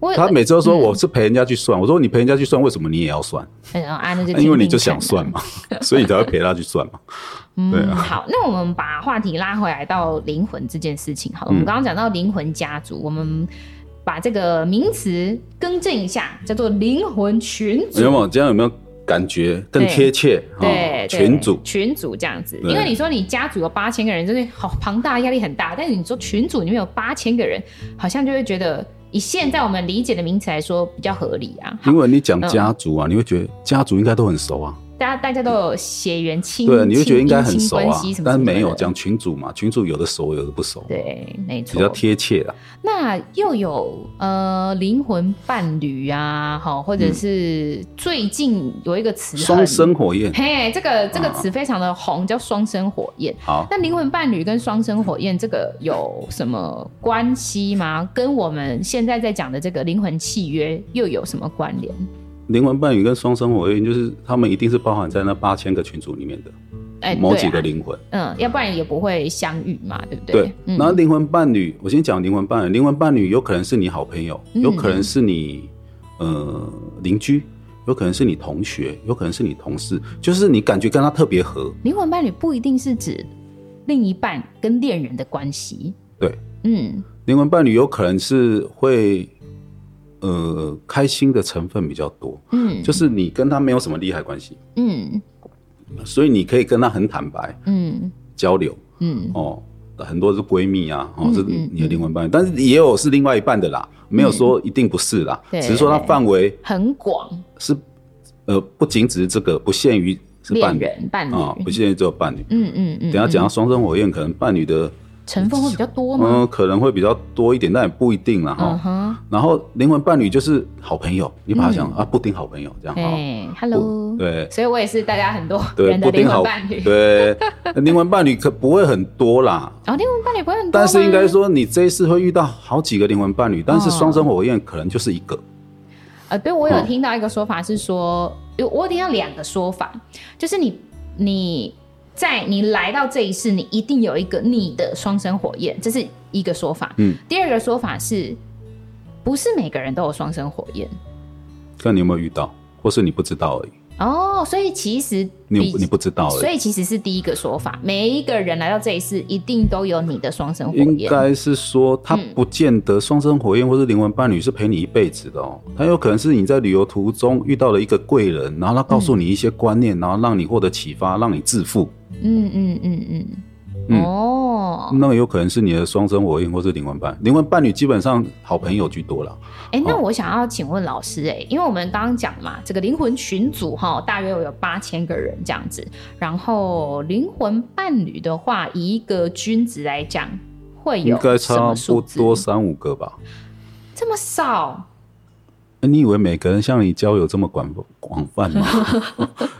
[SPEAKER 1] 我
[SPEAKER 2] 他每次都
[SPEAKER 1] 嗯
[SPEAKER 2] 说我是陪人家去算，我说你陪人家去算，为什么你也要算？
[SPEAKER 1] 然后啊，那就听听
[SPEAKER 2] 因为你就
[SPEAKER 1] 看
[SPEAKER 2] 想算嘛，所以你才会陪他去算 嘛。
[SPEAKER 1] 嗯，
[SPEAKER 2] 对啊
[SPEAKER 1] 好，那我们把话题拉回来到灵魂这件事情好了。我们
[SPEAKER 2] 嗯
[SPEAKER 1] 刚刚讲到灵魂家族，我们把这个名词更正一下，叫做灵魂群
[SPEAKER 2] 有没
[SPEAKER 1] 组。
[SPEAKER 2] 有这样有没有感觉更
[SPEAKER 1] 对
[SPEAKER 2] 贴切？
[SPEAKER 1] 对，对
[SPEAKER 2] 群主
[SPEAKER 1] 群组这样子，
[SPEAKER 2] 对
[SPEAKER 1] 因为你说你家族有八千个人，真的好庞大，压力很大。但是你说群组里面有八千个人，好像就会觉得以现在我们理解的名词来说比较合理啊。好
[SPEAKER 2] 因为你讲家族啊，你会觉得家族应该都很熟啊，
[SPEAKER 1] 大家大家都有血缘亲，
[SPEAKER 2] 对，你会觉得应该很
[SPEAKER 1] 亲
[SPEAKER 2] 熟
[SPEAKER 1] 亲关
[SPEAKER 2] 啊
[SPEAKER 1] 系什，么
[SPEAKER 2] 但
[SPEAKER 1] 什么
[SPEAKER 2] 没有
[SPEAKER 1] 的
[SPEAKER 2] 讲群主嘛，群主有的熟，有的不熟，
[SPEAKER 1] 对，没错，
[SPEAKER 2] 比较贴切啊。
[SPEAKER 1] 那又有呃灵魂伴侣啊，哈，或者是最近有一个词很
[SPEAKER 2] 双，生 火焰，
[SPEAKER 1] 嘿，这个这个词非常的红，叫双生火焰。
[SPEAKER 2] 好，
[SPEAKER 1] 那灵魂伴侣跟双生火焰这个有什么关系吗？跟我们现在在讲的这个灵魂契约又有什么关联？
[SPEAKER 2] 灵魂伴侣跟双生火焰就是他们一定是包含在那八千个群组里面的。
[SPEAKER 1] 哎、
[SPEAKER 2] 某
[SPEAKER 1] 对
[SPEAKER 2] 几
[SPEAKER 1] 啊
[SPEAKER 2] 个灵魂。
[SPEAKER 1] 嗯，要不然也不会相遇嘛，对不
[SPEAKER 2] 对，
[SPEAKER 1] 嗯
[SPEAKER 2] 然后灵魂伴侣，我先讲灵魂伴侣。灵魂伴侣有可能是你好朋友，
[SPEAKER 1] 嗯
[SPEAKER 2] 有可能是你呃邻居，有可能是你同学，有可能是你同事，就是你感觉跟他特别合。
[SPEAKER 1] 灵魂伴侣不一定是指另一半跟恋人的关系，
[SPEAKER 2] 对，
[SPEAKER 1] 嗯，
[SPEAKER 2] 灵魂伴侣有可能是会呃开心的成分比较多，
[SPEAKER 1] 嗯，
[SPEAKER 2] 就是你跟他没有什么利害关系，
[SPEAKER 1] 嗯
[SPEAKER 2] 所以你可以跟他很坦白
[SPEAKER 1] 嗯
[SPEAKER 2] 交流
[SPEAKER 1] 嗯
[SPEAKER 2] 哦。很多是闺蜜啊，哦，
[SPEAKER 1] 嗯
[SPEAKER 2] 是
[SPEAKER 1] 嗯
[SPEAKER 2] 你的灵魂伴侣，但是也有是另外一半的啦，没有说一定不是啦，
[SPEAKER 1] 对
[SPEAKER 2] 只是说它范围
[SPEAKER 1] 很广，
[SPEAKER 2] 是呃，不仅只是这个，不限于是伴
[SPEAKER 1] 恋
[SPEAKER 2] 侣哦
[SPEAKER 1] 人伴侣，
[SPEAKER 2] 啊、不限于只有伴侣。
[SPEAKER 1] 嗯嗯嗯，
[SPEAKER 2] 等一下讲
[SPEAKER 1] 嗯
[SPEAKER 2] 到双生火焰，可能伴侣的
[SPEAKER 1] 成分会比较多吗？
[SPEAKER 2] 嗯，可能会比较多一点，但也不一定啦
[SPEAKER 1] 嗯
[SPEAKER 2] 哈。
[SPEAKER 1] 哼，
[SPEAKER 2] 然后灵魂伴侣就是好朋友，你把它想啊，布丁好朋友这样哈。
[SPEAKER 1] 嗯哎，Hello，
[SPEAKER 2] 对
[SPEAKER 1] 所以我也是大家很多
[SPEAKER 2] 对，
[SPEAKER 1] 人的
[SPEAKER 2] 布
[SPEAKER 1] 灵
[SPEAKER 2] 丁
[SPEAKER 1] 魂
[SPEAKER 2] 好
[SPEAKER 1] 伴侣。
[SPEAKER 2] 对， 那灵魂伴侣可不会很多啦，
[SPEAKER 1] 哦，灵魂伴侣不会很多吗嗯
[SPEAKER 2] 但是应该，说你这一次会遇到好几个灵魂伴侣，但是双生火焰可能就是一个。
[SPEAKER 1] 呃，对我有
[SPEAKER 2] 嗯
[SPEAKER 1] 听到一个说法是说，有我有听到两个说法，就是你你在你来到这一世，你一定有一个你的双生火焰，这是一个说法。
[SPEAKER 2] 嗯，
[SPEAKER 1] 第二个说法是，不是每个人都有双生火焰
[SPEAKER 2] 看你有没有遇到，或是你不知道而已，
[SPEAKER 1] 哦，所以其实
[SPEAKER 2] 你
[SPEAKER 1] 比
[SPEAKER 2] 你不知道欸
[SPEAKER 1] 所
[SPEAKER 2] 而已。
[SPEAKER 1] 以其实是第一个说法，每一个人来到这一世，一定都有你的双生火
[SPEAKER 2] 应
[SPEAKER 1] 焰。
[SPEAKER 2] 该是
[SPEAKER 1] 嗯
[SPEAKER 2] 说，他不见得双生火焰或是灵魂伴侣是陪你一辈子的哦，他有可能是你在旅游途中遇到了一个贵人，然后他告诉你一些观念，然后让你获得启发，让你致富。
[SPEAKER 1] 嗯嗯嗯嗯，
[SPEAKER 2] 嗯
[SPEAKER 1] 哦，
[SPEAKER 2] 那有可能是你的双生火焰或是灵魂伴灵魂伴侣，基本上好朋友居多啦。
[SPEAKER 1] 哎、那我想要请问老师、哎，因为我们刚刚讲嘛，这个灵魂群组哈，大约有八千个人这样子，然后灵魂伴侣的话，以一个君子来讲，会
[SPEAKER 2] 应
[SPEAKER 1] 有
[SPEAKER 2] 该
[SPEAKER 1] 什么
[SPEAKER 2] 差
[SPEAKER 1] 数
[SPEAKER 2] 不
[SPEAKER 1] 字？
[SPEAKER 2] 多三五个吧。
[SPEAKER 1] 这么少？
[SPEAKER 2] 欸你以为每个人像你交友这么广广泛 吗？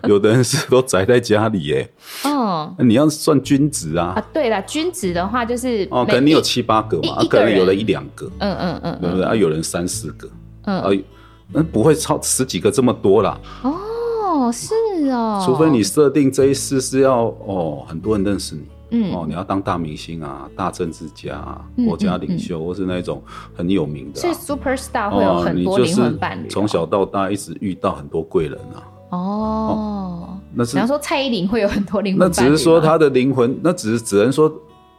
[SPEAKER 2] 有的人是都宅在家里耶、
[SPEAKER 1] 嗯。
[SPEAKER 2] 那你要算君子啊，
[SPEAKER 1] 啊，对了，君子的话就是
[SPEAKER 2] 哦，
[SPEAKER 1] 啊每
[SPEAKER 2] 可能你有
[SPEAKER 1] 一
[SPEAKER 2] 七八个嘛，
[SPEAKER 1] 一
[SPEAKER 2] 啊
[SPEAKER 1] 一个
[SPEAKER 2] 可
[SPEAKER 1] 人
[SPEAKER 2] 能有了一两个，
[SPEAKER 1] 嗯嗯嗯
[SPEAKER 2] 对
[SPEAKER 1] 嗯
[SPEAKER 2] 不对？啊，有人三四个，啊
[SPEAKER 1] 嗯，
[SPEAKER 2] 那不会超十几个这么多啦，
[SPEAKER 1] 哦，是哦，
[SPEAKER 2] 除非你设定这一世是要哦很多人认识你。
[SPEAKER 1] 嗯
[SPEAKER 2] 哦，你要当大明星啊，大政治家、啊
[SPEAKER 1] 嗯、
[SPEAKER 2] 国家领袖，或是那种很有名的、
[SPEAKER 1] 所以
[SPEAKER 2] 啊。
[SPEAKER 1] super star 会有很
[SPEAKER 2] 你
[SPEAKER 1] 多
[SPEAKER 2] 就
[SPEAKER 1] 灵
[SPEAKER 2] 是
[SPEAKER 1] 魂伴侣哦、
[SPEAKER 2] 从小到大一直遇到很多贵人啊，
[SPEAKER 1] 哦，
[SPEAKER 2] 那是
[SPEAKER 1] 比方说蔡依林会有很多灵魂
[SPEAKER 2] 那
[SPEAKER 1] 伴
[SPEAKER 2] 只
[SPEAKER 1] 侣
[SPEAKER 2] 是说
[SPEAKER 1] 吗
[SPEAKER 2] 他的灵魂，那只是只能说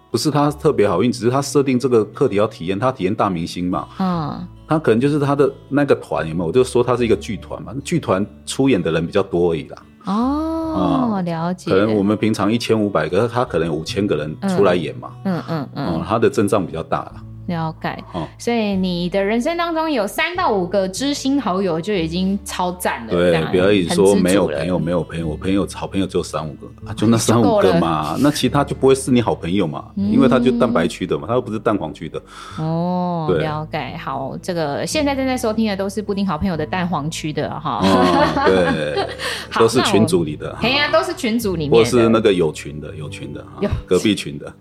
[SPEAKER 2] 不是他特别好运，只是他设定这个课题要体验，他体验大明星嘛，
[SPEAKER 1] 嗯
[SPEAKER 2] 他可能就是他的那个团有没有？我就说他是一个剧团嘛，剧团出演的人比较多而已啦。
[SPEAKER 1] 哦，
[SPEAKER 2] 啊
[SPEAKER 1] 了解，
[SPEAKER 2] 可能我们平常一千五百个，他可能有五千个人出来演嘛，
[SPEAKER 1] 嗯嗯
[SPEAKER 2] 哦、
[SPEAKER 1] 嗯
[SPEAKER 2] 他的阵仗比较大啦。
[SPEAKER 1] 了解
[SPEAKER 2] 哦。
[SPEAKER 1] 所以你的人生当中有三到五个知心好友就已经超赞了，这
[SPEAKER 2] 对，
[SPEAKER 1] 样
[SPEAKER 2] 不要一直说
[SPEAKER 1] 很知足
[SPEAKER 2] 没有
[SPEAKER 1] 了
[SPEAKER 2] 朋友，没有朋友，我朋友好朋友只有三五个啊，就那三五
[SPEAKER 1] 就够了嗯
[SPEAKER 2] 个嘛，那其他就不会是你好朋友嘛，因为他就蛋白区的嘛，他又不是蛋黄区的，
[SPEAKER 1] 哦，
[SPEAKER 2] 对
[SPEAKER 1] 了解。好，这个现在正在收听的都是布丁好朋友的蛋黄区的哈，
[SPEAKER 2] 哦，对，
[SPEAKER 1] 好
[SPEAKER 2] 都是
[SPEAKER 1] 那我
[SPEAKER 2] 群组里的，
[SPEAKER 1] 哎呀，都是群组里面
[SPEAKER 2] 或
[SPEAKER 1] 的，
[SPEAKER 2] 是那个有群的，有群的，啊
[SPEAKER 1] 有
[SPEAKER 2] 隔壁群 的，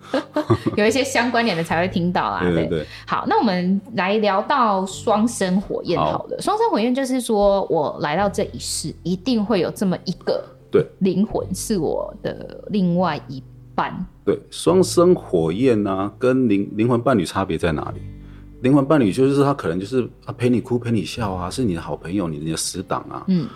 [SPEAKER 1] 有一些相关联的才会听到啊啦。
[SPEAKER 2] 对对对，
[SPEAKER 1] 好，那我们来聊到双生火焰
[SPEAKER 2] 好
[SPEAKER 1] 好了。双生火焰就是说我来到这一世，一定会有这么一个
[SPEAKER 2] 对
[SPEAKER 1] 灵魂是我的另外一半。
[SPEAKER 2] 对，双生火焰啊，跟灵灵魂伴侣差别在哪里？灵魂伴侣就是他可能就是啊陪你哭陪你笑啊，是你的好朋友，你的你的死党啊，
[SPEAKER 1] 嗯，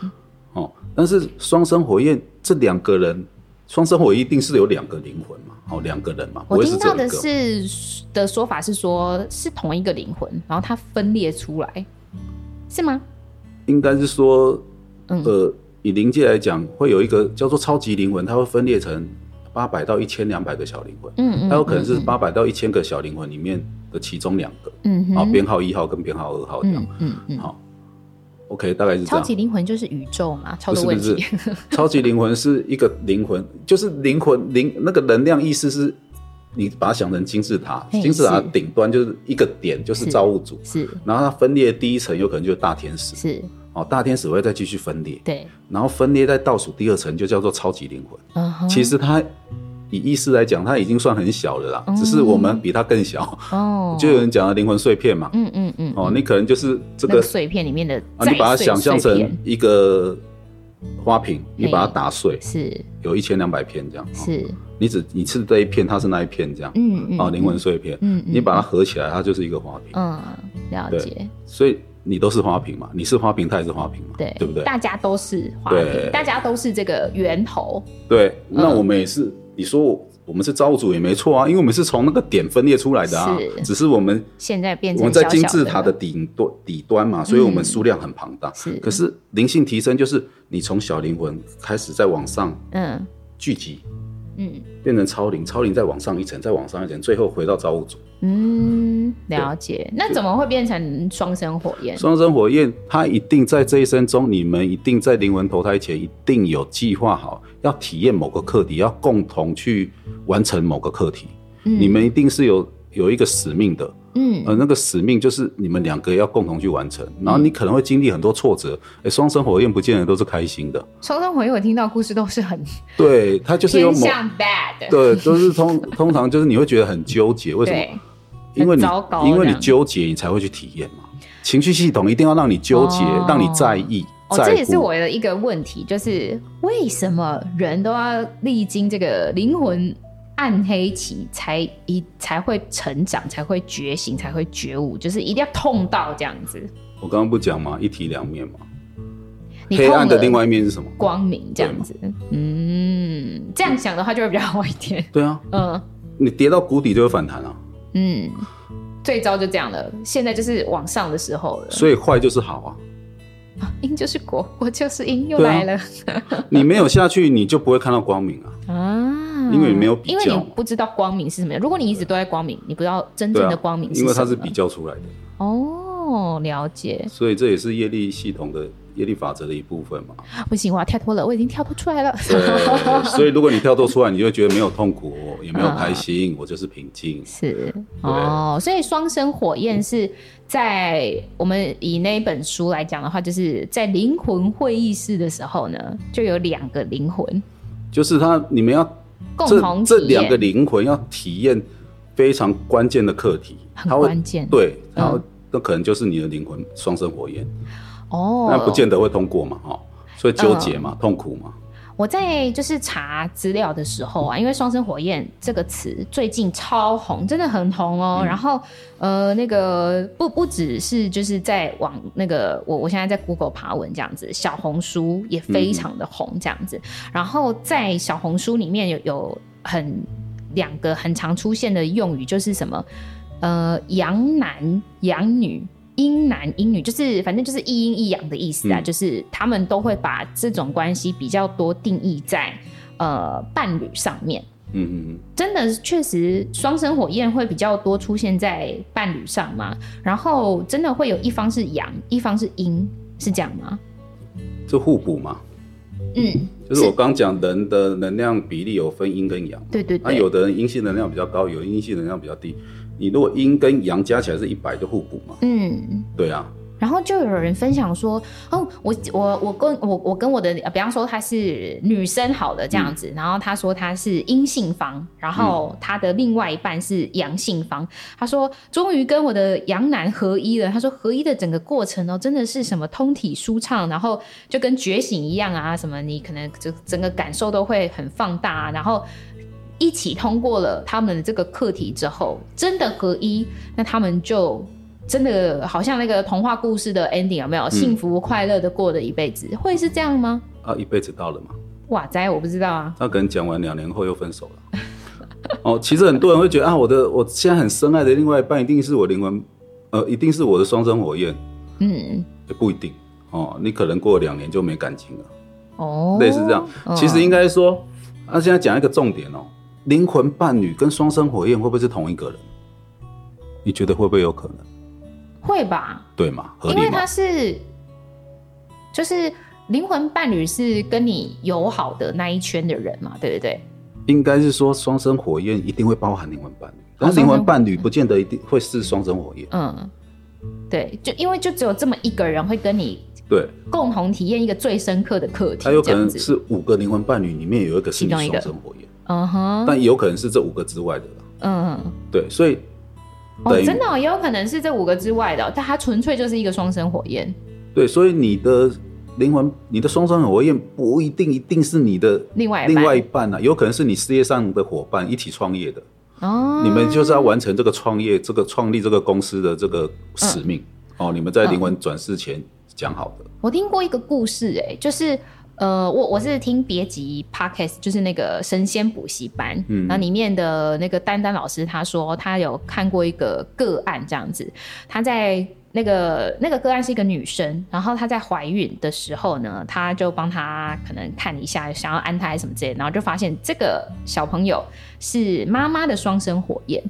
[SPEAKER 2] 哦，但是双生火焰这两个人，双生火焰一定是有两个灵魂嘛，哦，两个人嘛，不
[SPEAKER 1] 我
[SPEAKER 2] 会
[SPEAKER 1] 听
[SPEAKER 2] 是只有
[SPEAKER 1] 到
[SPEAKER 2] 一
[SPEAKER 1] 的
[SPEAKER 2] 个。
[SPEAKER 1] 是的说法是说，是同一个灵魂，然后它分裂出来，是吗？
[SPEAKER 2] 应该是说，
[SPEAKER 1] 嗯
[SPEAKER 2] 呃，以灵界来讲，会有一个叫做超级灵魂，它会分裂成八百到一千两百个小灵魂，
[SPEAKER 1] 嗯嗯，
[SPEAKER 2] 它有可能是
[SPEAKER 1] 嗯
[SPEAKER 2] 八百到一千个小灵魂里面的其中两个，
[SPEAKER 1] 嗯
[SPEAKER 2] 啊、
[SPEAKER 1] 哼，
[SPEAKER 2] 编号一号跟编号二号这样
[SPEAKER 1] 嗯。嗯嗯，
[SPEAKER 2] 好、o k 大概是这
[SPEAKER 1] 超
[SPEAKER 2] 样
[SPEAKER 1] 级。灵魂就是宇宙嘛，超
[SPEAKER 2] 不
[SPEAKER 1] 的
[SPEAKER 2] 是
[SPEAKER 1] 问
[SPEAKER 2] 不
[SPEAKER 1] 题
[SPEAKER 2] 是，超级灵魂是一个灵魂，就是灵魂灵那个能量意思是，你把它想成金字塔，
[SPEAKER 1] 嘿
[SPEAKER 2] 金字塔
[SPEAKER 1] 是
[SPEAKER 2] 顶端就是一个点，就是
[SPEAKER 1] 是
[SPEAKER 2] 造物主，
[SPEAKER 1] 是
[SPEAKER 2] 然后它分裂第一层有可能就是大天使，
[SPEAKER 1] 是，
[SPEAKER 2] 哦，大天使会再继续分裂，
[SPEAKER 1] 对，
[SPEAKER 2] 然后分裂在倒数第二层就叫做超级灵魂。
[SPEAKER 1] 嗯哼，
[SPEAKER 2] 其实它以意识来讲，它已经算很小了啦，只是我们比它更小。
[SPEAKER 1] 嗯哦，
[SPEAKER 2] 就有人讲的灵魂碎片嘛，
[SPEAKER 1] 嗯嗯嗯，
[SPEAKER 2] 哦，你可能就是这
[SPEAKER 1] 那个
[SPEAKER 2] 个
[SPEAKER 1] 碎片里面的再碎碎
[SPEAKER 2] 啊，
[SPEAKER 1] 片，
[SPEAKER 2] 你把它想象成一个花瓶，你把它打碎，
[SPEAKER 1] 是
[SPEAKER 2] 有一千两百片这样。哦
[SPEAKER 1] 是，
[SPEAKER 2] 你只你吃这一片，它是那一片这样。
[SPEAKER 1] 嗯嗯，
[SPEAKER 2] 哦，灵魂碎片，
[SPEAKER 1] 嗯嗯
[SPEAKER 2] 你把它合起来，它就是一个花瓶。
[SPEAKER 1] 嗯，了解，
[SPEAKER 2] 所以你都是花瓶嘛，你是花瓶，它也是花瓶嘛，
[SPEAKER 1] 对
[SPEAKER 2] 不对？
[SPEAKER 1] 大家都是花
[SPEAKER 2] 对
[SPEAKER 1] 瓶，大家都是这个源头，
[SPEAKER 2] 对，
[SPEAKER 1] 嗯
[SPEAKER 2] 那我们也是，你说我我们是造物主也没错啊，因为我们是从那个点分裂出来的啊，
[SPEAKER 1] 是
[SPEAKER 2] 只是我们
[SPEAKER 1] 现在变
[SPEAKER 2] 我
[SPEAKER 1] 成
[SPEAKER 2] 们在
[SPEAKER 1] 小
[SPEAKER 2] 金
[SPEAKER 1] 小
[SPEAKER 2] 字塔的
[SPEAKER 1] 的
[SPEAKER 2] 顶端底端嘛，所以我们
[SPEAKER 1] 嗯
[SPEAKER 2] 数量很庞大。
[SPEAKER 1] 是
[SPEAKER 2] 可是灵性提升就是你从小灵魂开始再往上
[SPEAKER 1] 嗯
[SPEAKER 2] 聚集，
[SPEAKER 1] 嗯
[SPEAKER 2] 变成超灵，超灵再往上一层，再往上一层，最后回到造物主。
[SPEAKER 1] 嗯，了解。那怎么会变成双生火焰？
[SPEAKER 2] 双生火焰，它一定在这一生中，你们一定在灵魂投胎前一定有计划好，要体验某个课题，要共同去完成某个课题。你们一定是有有一个使命的，
[SPEAKER 1] 嗯
[SPEAKER 2] 呃，那个使命就是你们两个要共同去完成，然后你可能会经历很多挫折，哎，双生火焰不见得都是开心的，
[SPEAKER 1] 双生火焰我听到故事都是很
[SPEAKER 2] 对，它就是有
[SPEAKER 1] 偏
[SPEAKER 2] 某
[SPEAKER 1] 向 bad，
[SPEAKER 2] 对，就是通通常就是你会觉得很纠结，为什么？
[SPEAKER 1] 对，
[SPEAKER 2] 因为你
[SPEAKER 1] 很糟糕
[SPEAKER 2] 因为
[SPEAKER 1] 这
[SPEAKER 2] 你
[SPEAKER 1] 样
[SPEAKER 2] 纠结，你才会去体验嘛。情绪系统一定要让你纠结，
[SPEAKER 1] 哦
[SPEAKER 2] 让你在意，
[SPEAKER 1] 哦，
[SPEAKER 2] 在乎。
[SPEAKER 1] 这也是我的一个问题，就是为什么人都要历经这个灵魂暗黑期才一才会成长，才会觉醒，才会觉悟，就是一定要痛到这样子，
[SPEAKER 2] 我刚刚不讲嘛，一体两面嘛。
[SPEAKER 1] 你
[SPEAKER 2] 黑
[SPEAKER 1] 痛
[SPEAKER 2] 暗的
[SPEAKER 1] 了
[SPEAKER 2] 另外一面是什么？
[SPEAKER 1] 光明这样子。嗯，这样想的话就会比较好一点。
[SPEAKER 2] 对啊，
[SPEAKER 1] 嗯
[SPEAKER 2] 你跌到谷底就会反弹啊，
[SPEAKER 1] 嗯，最糟就这样了，现在就是往上的时候了。
[SPEAKER 2] 所以坏就是好啊。
[SPEAKER 1] 因就是果，果就是因，又
[SPEAKER 2] 对啊
[SPEAKER 1] 来了
[SPEAKER 2] 你没有下去，你就不会看到光明啊。
[SPEAKER 1] 啊！
[SPEAKER 2] 因为你没有比
[SPEAKER 1] 因为
[SPEAKER 2] 较
[SPEAKER 1] 你不知道光明是什么样。如果你一直都在光明，你不知道真
[SPEAKER 2] 对
[SPEAKER 1] 正
[SPEAKER 2] 啊
[SPEAKER 1] 的光明，是
[SPEAKER 2] 因为它
[SPEAKER 1] 什
[SPEAKER 2] 是
[SPEAKER 1] 么
[SPEAKER 2] 比较出来的，
[SPEAKER 1] 哦，了解。
[SPEAKER 2] 所以这也是业力系统的业力法则的一部分 嘛。
[SPEAKER 1] 不行，我要跳脱了，我已经跳脱出来了。
[SPEAKER 2] 对，所以如果你跳脱出来，你就会觉得没有痛苦，也没有开心，我就是平 静。
[SPEAKER 1] 是哦，所以双生火焰是在我们以那本书来讲的话，就是在灵魂会议室的时候呢，就有两个灵魂
[SPEAKER 2] 就是他，你们要
[SPEAKER 1] 共同
[SPEAKER 2] 这这
[SPEAKER 1] 体验
[SPEAKER 2] 两个灵魂要体验非常关键的课题，
[SPEAKER 1] 很
[SPEAKER 2] 它会
[SPEAKER 1] 关键
[SPEAKER 2] 对，然后
[SPEAKER 1] 嗯
[SPEAKER 2] 那可能就是你的灵魂双生火焰，
[SPEAKER 1] 哦。
[SPEAKER 2] 那不见得会通过嘛，哦，所以纠结嘛，
[SPEAKER 1] 嗯
[SPEAKER 2] 痛苦嘛，
[SPEAKER 1] 我在就是查资料的时候啊，因为“双生火焰”这个词最近超红，真的很红哦。然后呃，那个不不只是就是在网那个我我现在在 Google 爬文这样子，小红书也非常的红这样子。然后在小红书里面有有很两个很常出现的用语，就是什么呃阳男阳女。阴男阴女就是反正就是一阴一阳的意思啊，
[SPEAKER 2] 嗯
[SPEAKER 1] 就是他们都会把这种关系比较多定义在呃伴侣上面。
[SPEAKER 2] 嗯嗯
[SPEAKER 1] 真的确实，双生火焰会比较多出现在伴侣上嘛？然后真的会有一方是阳，一方是阴，是这样吗？
[SPEAKER 2] 嗯，这互补嘛，
[SPEAKER 1] 嗯，
[SPEAKER 2] 就是我刚讲人的能量比例有分阴跟阳，
[SPEAKER 1] 对对
[SPEAKER 2] 那
[SPEAKER 1] 对，
[SPEAKER 2] 啊有的人阴性能量比较高，有人阴性能量比较低，你如果阴跟阳加起来是一百就互补嘛，
[SPEAKER 1] 嗯。
[SPEAKER 2] 对啊，
[SPEAKER 1] 然后就有人分享说，哦，我我我跟我我跟我的，呃比方说她是女生好的这样子，然后她说她是阴性方，然后她的另外一半是阳性方，她说终于跟我的阳男合一了，她说合一的整个过程哦，真的是什么通体舒畅，然后就跟觉醒一样啊，什么你可能就整个感受都会很放大、啊，然后。一起通过了他们的这个课题之后，真的合一，那他们就真的好像那个童话故事的 ending 有没有？
[SPEAKER 2] 嗯
[SPEAKER 1] 幸福快乐的过了一辈子，会是这样吗？
[SPEAKER 2] 啊，一辈子到了嘛。
[SPEAKER 1] 哇塞，我不知道啊。
[SPEAKER 2] 他可能讲完两年后又分手了。 哦，其实很多人会觉得啊，我的我现在很深爱的另外一半一定是我灵魂，呃，一定是我的双生火焰，
[SPEAKER 1] 嗯，
[SPEAKER 2] 也不一定哦。你可能过了两年就没感情了，
[SPEAKER 1] 哦，
[SPEAKER 2] 类似这样。其实应
[SPEAKER 1] 该
[SPEAKER 2] 该说，啊，现在讲一个重点哦，灵魂伴侣跟双生火焰会不会是同一个人？你觉得会不会有可能？
[SPEAKER 1] 会吧，
[SPEAKER 2] 对吗？合
[SPEAKER 1] 因
[SPEAKER 2] 理
[SPEAKER 1] 为
[SPEAKER 2] 吗
[SPEAKER 1] 他？是就是灵魂伴侣是跟你友好的那一圈的人嘛，对不对？
[SPEAKER 2] 应该是说双生火焰一定会包含灵魂伴侣，但是灵魂伴侣不见得一定会是双生火焰。
[SPEAKER 1] 嗯，对，就因为就只有这么一个人会跟你
[SPEAKER 2] 对，
[SPEAKER 1] 共同体验一个最深刻的课题，
[SPEAKER 2] 他有
[SPEAKER 1] 这
[SPEAKER 2] 可
[SPEAKER 1] 样
[SPEAKER 2] 能
[SPEAKER 1] 子。
[SPEAKER 2] 是五个灵魂伴侣里面有一个是你
[SPEAKER 1] 其中一个
[SPEAKER 2] 双生火焰，
[SPEAKER 1] 嗯哼，
[SPEAKER 2] 但也有可能是这五个之外的啦。
[SPEAKER 1] 嗯。
[SPEAKER 2] 对，所以
[SPEAKER 1] 哦，
[SPEAKER 2] 等于
[SPEAKER 1] 真的哦、也有可能是这五个之外的哦、但它纯粹就是一个双生火焰。
[SPEAKER 2] 对，所以你的灵魂，你的双生火焰不一定一定是你的
[SPEAKER 1] 另外一半
[SPEAKER 2] 另外一半啊，有可能是你事业上的伙伴，一起创业的，
[SPEAKER 1] 哦，
[SPEAKER 2] 你们就是要完成这个创业、这个创立这个公司的这个使命、
[SPEAKER 1] 嗯
[SPEAKER 2] 哦。你们在灵魂转世前讲好的，
[SPEAKER 1] 我听过一个故事、哎，就是呃，我我是听别集 podcast，就是那个神仙补习班，
[SPEAKER 2] 嗯
[SPEAKER 1] 然后里面的那个丹丹老师他说他有看过一个个案这样子，他在。那个那个个案是一个女生，然后她在怀孕的时候呢，他就帮她可能看一下，想要安胎什么之类的，然后就发现这个小朋友是妈妈的双生火焰，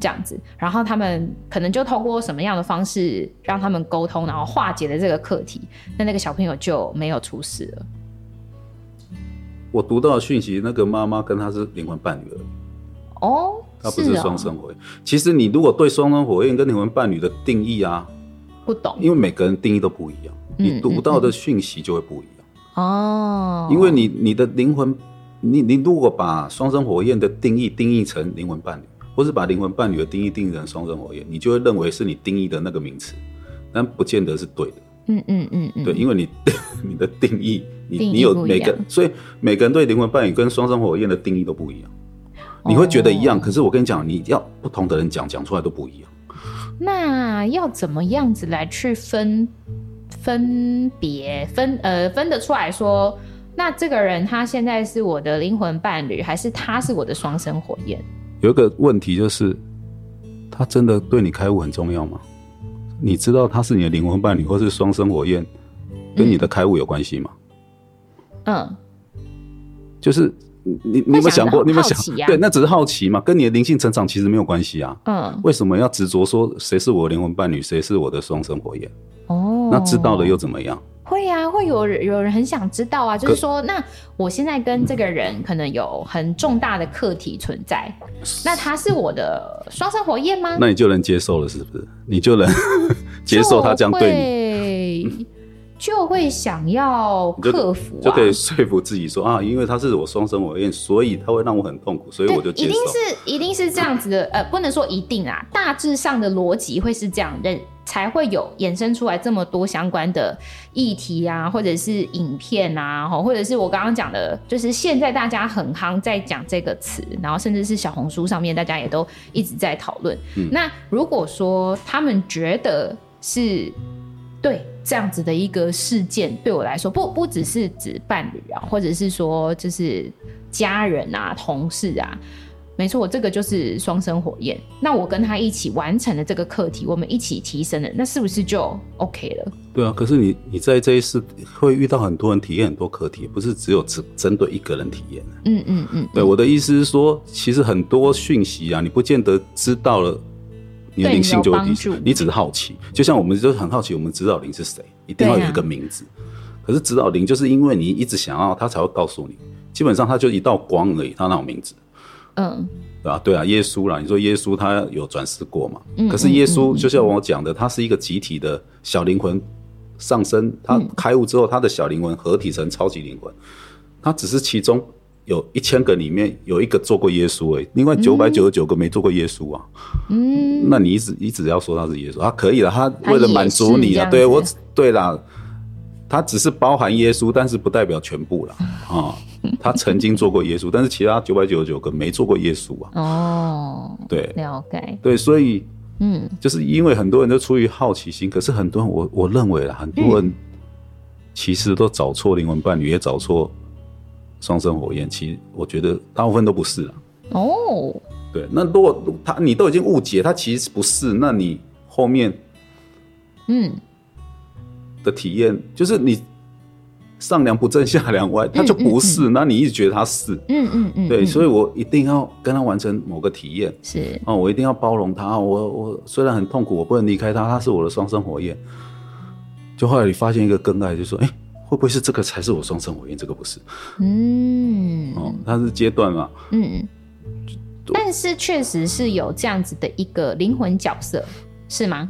[SPEAKER 1] 这样子，然后他们可能就透过什么样的方式让他们沟通，然后化解了这个课题，那那个小朋友就没有出事了。
[SPEAKER 2] 我读到的讯息，那个妈妈跟她是灵魂伴侣而已。
[SPEAKER 1] 哦，
[SPEAKER 2] 它不是双生火焰。其实你如果对双生火焰跟灵魂伴侣的定义啊，
[SPEAKER 1] 不懂
[SPEAKER 2] 因为每个人定义都不一样，
[SPEAKER 1] 嗯
[SPEAKER 2] 你读到的讯息就会不一样。
[SPEAKER 1] 哦，
[SPEAKER 2] 因为你你的灵魂，你你如果把双生火焰的定义定义成灵魂伴侣，或是把灵魂伴侣的定义定义成双生火焰，你就会认为是你定义的那个名词，但不见得是对的。
[SPEAKER 1] 嗯嗯嗯嗯，
[SPEAKER 2] 对，因为你 你的定义，你
[SPEAKER 1] 定义
[SPEAKER 2] 你有
[SPEAKER 1] 不一
[SPEAKER 2] 每个
[SPEAKER 1] 样，
[SPEAKER 2] 所以每个人对灵魂伴侣跟双生火焰的定义都不一样。你会觉得一样，
[SPEAKER 1] 哦
[SPEAKER 2] 可是我跟你讲，你要不同的人讲讲出来都不一样。
[SPEAKER 1] 那要怎么样子来去分呃分别分呃分得出来说，那这个人他现在是我的灵魂伴侣，还是他是我的双生火焰？
[SPEAKER 2] 有一个问题就是，他真的对你开悟很重要吗？你知道他是你的灵魂伴侣或是双生火焰，跟你的开悟有关系吗？
[SPEAKER 1] 嗯，
[SPEAKER 2] 就是你你你有没有
[SPEAKER 1] 会想
[SPEAKER 2] 想过？
[SPEAKER 1] 得
[SPEAKER 2] 你有没有
[SPEAKER 1] 好
[SPEAKER 2] 想
[SPEAKER 1] 奇啊呀
[SPEAKER 2] 对，那只是好奇嘛，跟你的灵性成长其实没有关系啊。
[SPEAKER 1] 嗯，
[SPEAKER 2] 为什么要执着说谁是我的灵魂伴侣，谁是我的双生火焰？
[SPEAKER 1] 哦，
[SPEAKER 2] 那知道了又怎么样？
[SPEAKER 1] 会啊，会有人有人很想知道啊，就
[SPEAKER 2] 可
[SPEAKER 1] 是说，那我现在跟这个人可能有很重大的课题存在，那他是我的双生火焰吗？
[SPEAKER 2] 那你就能接受了，是不是？你 就能接受他这样对你，
[SPEAKER 1] 对你，就会想要
[SPEAKER 2] 你就
[SPEAKER 1] 克服、啊
[SPEAKER 2] 就可以说服自己说啊，因为他是我双生火焰，所以他会让我很痛苦，所以
[SPEAKER 1] 对，
[SPEAKER 2] 我就
[SPEAKER 1] 一
[SPEAKER 2] 接
[SPEAKER 1] 定
[SPEAKER 2] 受。
[SPEAKER 1] 是一定是这样子的，呃，不能说一定啊，大致上的逻辑会是这样，人才会有衍生出来这么多相关的议题啊，或者是影片啊，吼或者是我刚刚讲的，就是现在大家很夯在讲这个词，然后甚至是小红书上面大家也都一直在讨论。那如果说他们觉得是对这样子的一个事件，对我来说，不不只是指伴侣啊，或者是说就是家人啊、同事啊，没错，这个就是双生火焰。那我跟他一起完成了这个课题，我们一起提升了，那是不是就 OK 了？
[SPEAKER 2] 对啊，可是你你在这一世会遇到很多人体验很多课题，不是只有只针对一个人体验。
[SPEAKER 1] 嗯嗯嗯，
[SPEAKER 2] 对，我的意思是说，其实很多讯息啊，你不见得知道了，你的
[SPEAKER 1] 对
[SPEAKER 2] 灵
[SPEAKER 1] 你有
[SPEAKER 2] 性就会
[SPEAKER 1] 帮
[SPEAKER 2] 提升
[SPEAKER 1] 助。
[SPEAKER 2] 你只是好奇，就像我们就是很好奇，我们指导灵是谁，一定要
[SPEAKER 1] 对啊
[SPEAKER 2] 有一个名字。可是指导灵就是因为你一直想要，他才会告诉你。基本上他就一道光而已，他哪有名字？
[SPEAKER 1] 嗯，
[SPEAKER 2] 对吧、对啊，耶稣啦，你说耶稣他有转世过嘛？
[SPEAKER 1] 嗯
[SPEAKER 2] 可是耶稣就像我讲的，他是一个集体的小灵魂上
[SPEAKER 1] 嗯
[SPEAKER 2] 升，他开悟之后，他的小灵魂合体成超级灵魂，他只是其中有一千个里面有一个做过耶稣而已，另外九百九十九个没做过耶稣啊。嗯，那你一直一直要说他是耶稣，他啊可以了，他为了满足你
[SPEAKER 1] 他
[SPEAKER 2] 啊，
[SPEAKER 1] 也是
[SPEAKER 2] 对
[SPEAKER 1] 这样子
[SPEAKER 2] 我对啦。他只是包含耶稣，但是不代表全部啦。啊、他曾经做过耶稣，但是其他九百九十九个没做过耶稣啊。
[SPEAKER 1] 哦，
[SPEAKER 2] 对
[SPEAKER 1] 了解，
[SPEAKER 2] 对，所以
[SPEAKER 1] 嗯，
[SPEAKER 2] 就是因为很多人都出于好奇心，可是很多人我我认为啦，很
[SPEAKER 1] 嗯
[SPEAKER 2] 多人其实都找错灵魂伴侣，也找错双生火焰。其实我觉得大部分都不是啦。
[SPEAKER 1] 哦，
[SPEAKER 2] 对，那如果他你都已经误解他其实不是，那你后面
[SPEAKER 1] 嗯，
[SPEAKER 2] 的体验就是你上梁不正下梁歪，他就不是，那你一直觉得他是。
[SPEAKER 1] 嗯嗯嗯，
[SPEAKER 2] 对，
[SPEAKER 1] 嗯
[SPEAKER 2] 所以我一定要跟他完成某个体验。
[SPEAKER 1] 是，
[SPEAKER 2] 哦，我一定要包容他。我我虽然很痛苦，我不能离开他，他是我的双生火焰。就后来你发现一个更爱，就说，哎、会不会是这个才是我双生火焰？这个不是
[SPEAKER 1] 嗯，
[SPEAKER 2] 哦，它是阶段嘛。
[SPEAKER 1] 嗯，但是确实是有这样子的一个灵魂角色，是吗？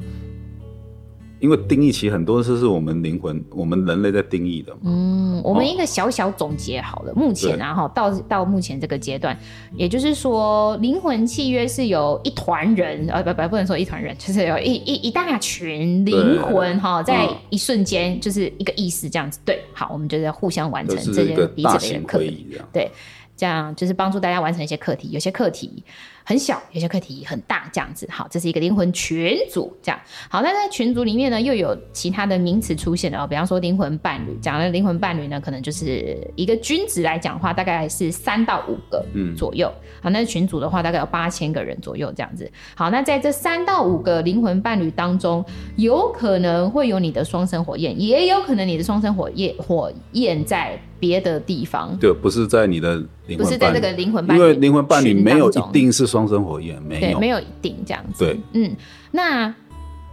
[SPEAKER 2] 因为定义其实很多事是我们灵魂，我们人类在定义的嘛。
[SPEAKER 1] 嗯，我们
[SPEAKER 2] 哦
[SPEAKER 1] 一个小小总结好了，目前啊哈，到到目前这个阶段，也就是说，灵魂契约是由一团人，呃，不不，不能说一团人， 就是有一一一大群灵魂哈，在
[SPEAKER 2] 嗯
[SPEAKER 1] 一瞬间就是一个意识这样子。对，好，我们就在互相完
[SPEAKER 2] 就
[SPEAKER 1] 成
[SPEAKER 2] 是
[SPEAKER 1] 嗯这
[SPEAKER 2] 一个
[SPEAKER 1] 件彼
[SPEAKER 2] 大
[SPEAKER 1] 此的一
[SPEAKER 2] 型
[SPEAKER 1] 个课
[SPEAKER 2] 会
[SPEAKER 1] 题，
[SPEAKER 2] 议这样，
[SPEAKER 1] 对，这样就是帮助大家完成一些课题，有些课题很小，有些课题很大，这样子。好，这是一个灵魂群组，这样。好，那在群组里面呢，又有其他的名词出现了哦，比方说灵魂伴侣，讲的灵魂伴侣呢，可能就是一个均值来讲的话，大概是三到五个
[SPEAKER 2] 嗯
[SPEAKER 1] 左右。好，那群组的话大概有八千个人左右这样子。好，那在这三到五个灵魂伴侣当中，有可能会有你的双生火焰，也有可能你的双生火焰火焰在别的地方。
[SPEAKER 2] 对，不是在你的灵魂伴侣，
[SPEAKER 1] 不是在这个灵魂伴
[SPEAKER 2] 因
[SPEAKER 1] 侣，
[SPEAKER 2] 为灵魂伴侣没有一，定是双生火焰，没
[SPEAKER 1] 对，
[SPEAKER 2] 有，
[SPEAKER 1] 没有一定这样子。
[SPEAKER 2] 对，
[SPEAKER 1] 嗯，那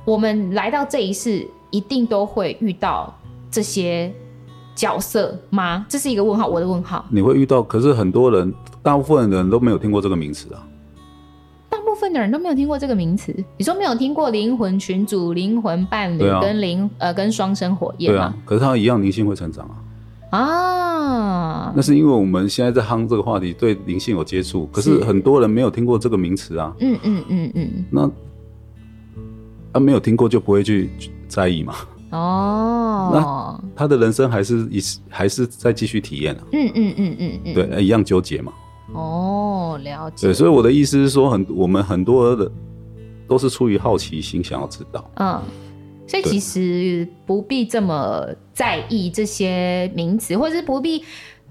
[SPEAKER 1] 我们来到这一世，一定都会遇到这些角色吗？这是一个问号，我的问号。
[SPEAKER 2] 你会遇到。可是很多人，大部分人都没有听过这个名词啊。
[SPEAKER 1] 问的人都没有听过这个名词。你说没有听过灵魂群组、灵魂伴侣
[SPEAKER 2] 对啊
[SPEAKER 1] 跟灵、呃跟双生火焰
[SPEAKER 2] 对啊
[SPEAKER 1] 吗？，
[SPEAKER 2] 可是它一样灵性会成长啊。
[SPEAKER 1] 啊，
[SPEAKER 2] 那是因为我们现在在夯这个话题，对灵性有接触，可是
[SPEAKER 1] 是
[SPEAKER 2] 很多人没有听过这个名词啊。
[SPEAKER 1] 嗯嗯嗯嗯，
[SPEAKER 2] 那他没有听过就不会去去在意嘛，
[SPEAKER 1] 哦，
[SPEAKER 2] 他的人生还是一还是在继续体验啊，
[SPEAKER 1] 嗯嗯嗯嗯嗯，
[SPEAKER 2] 对，，呃一样纠结嘛。
[SPEAKER 1] 哦，了解，
[SPEAKER 2] 对，所以我的意思是说很，我们很多的都是出于好奇心想要知道。
[SPEAKER 1] 嗯，所以
[SPEAKER 2] 对
[SPEAKER 1] 其实不必这么在意这些名词，或者是不必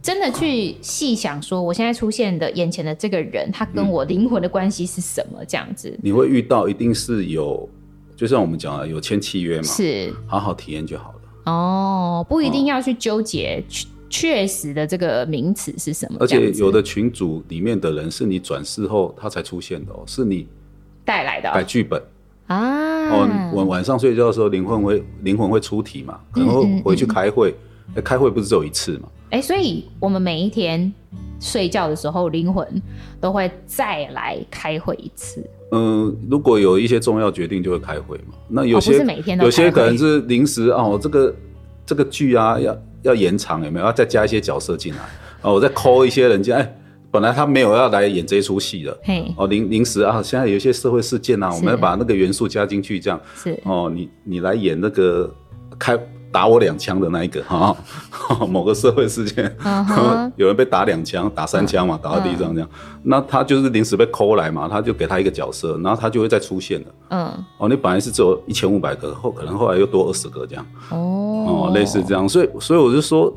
[SPEAKER 1] 真的去细想，说我现在出现的眼前的这个人，他跟我灵魂的关系是什么？这样子
[SPEAKER 2] 你会遇到一定是有，就像我们讲的有签契约嘛，
[SPEAKER 1] 是
[SPEAKER 2] 好好体验就好了。
[SPEAKER 1] 哦，不一定要去纠结确确实的这个名词是什么，
[SPEAKER 2] 而
[SPEAKER 1] 这
[SPEAKER 2] 且
[SPEAKER 1] 样子
[SPEAKER 2] 有的群组里面的人是你转世后他才出现的哦，是你
[SPEAKER 1] 带来的
[SPEAKER 2] 改
[SPEAKER 1] 哦
[SPEAKER 2] 剧本。
[SPEAKER 1] 啊，
[SPEAKER 2] 哦，晚晚上睡觉的时候，灵魂会灵魂会出体嘛，可能
[SPEAKER 1] 嗯嗯
[SPEAKER 2] 会
[SPEAKER 1] 嗯
[SPEAKER 2] 回去开会。哎开会不是只有一次嘛？
[SPEAKER 1] 哎、所以我们每一天睡觉的时候，灵魂都会再来开会一次，
[SPEAKER 2] 嗯，如果有一些重要决定就会开会嘛。那有
[SPEAKER 1] 哦、
[SPEAKER 2] 些、
[SPEAKER 1] 不是每天都
[SPEAKER 2] 有些
[SPEAKER 1] 开会
[SPEAKER 2] 可能是临时哦，这个这个剧啊要要延长有没有？要再加一些角色进来哦，我再抠一些人家。哎，本来他没有要来演这一出戏的
[SPEAKER 1] 嘿
[SPEAKER 2] 哦，临临时啊，现在有一些社会事件啊，我
[SPEAKER 1] 是
[SPEAKER 2] 们要把那个元素加进去，这样
[SPEAKER 1] 是
[SPEAKER 2] 哦，你你来演那个开打我两枪的那一个哈、某个社会事件，
[SPEAKER 1] 嗯哼
[SPEAKER 2] 有人被打两枪、打三枪嘛，打到地上这样，那他就是临时被抠来嘛，他就给他一个角色，然后他就会再出现的。
[SPEAKER 1] 嗯
[SPEAKER 2] 哦，你本来是只有一千五百个，后可能后来又多二十个这样，
[SPEAKER 1] 哦
[SPEAKER 2] 哦，类似这样，所以所以我就说，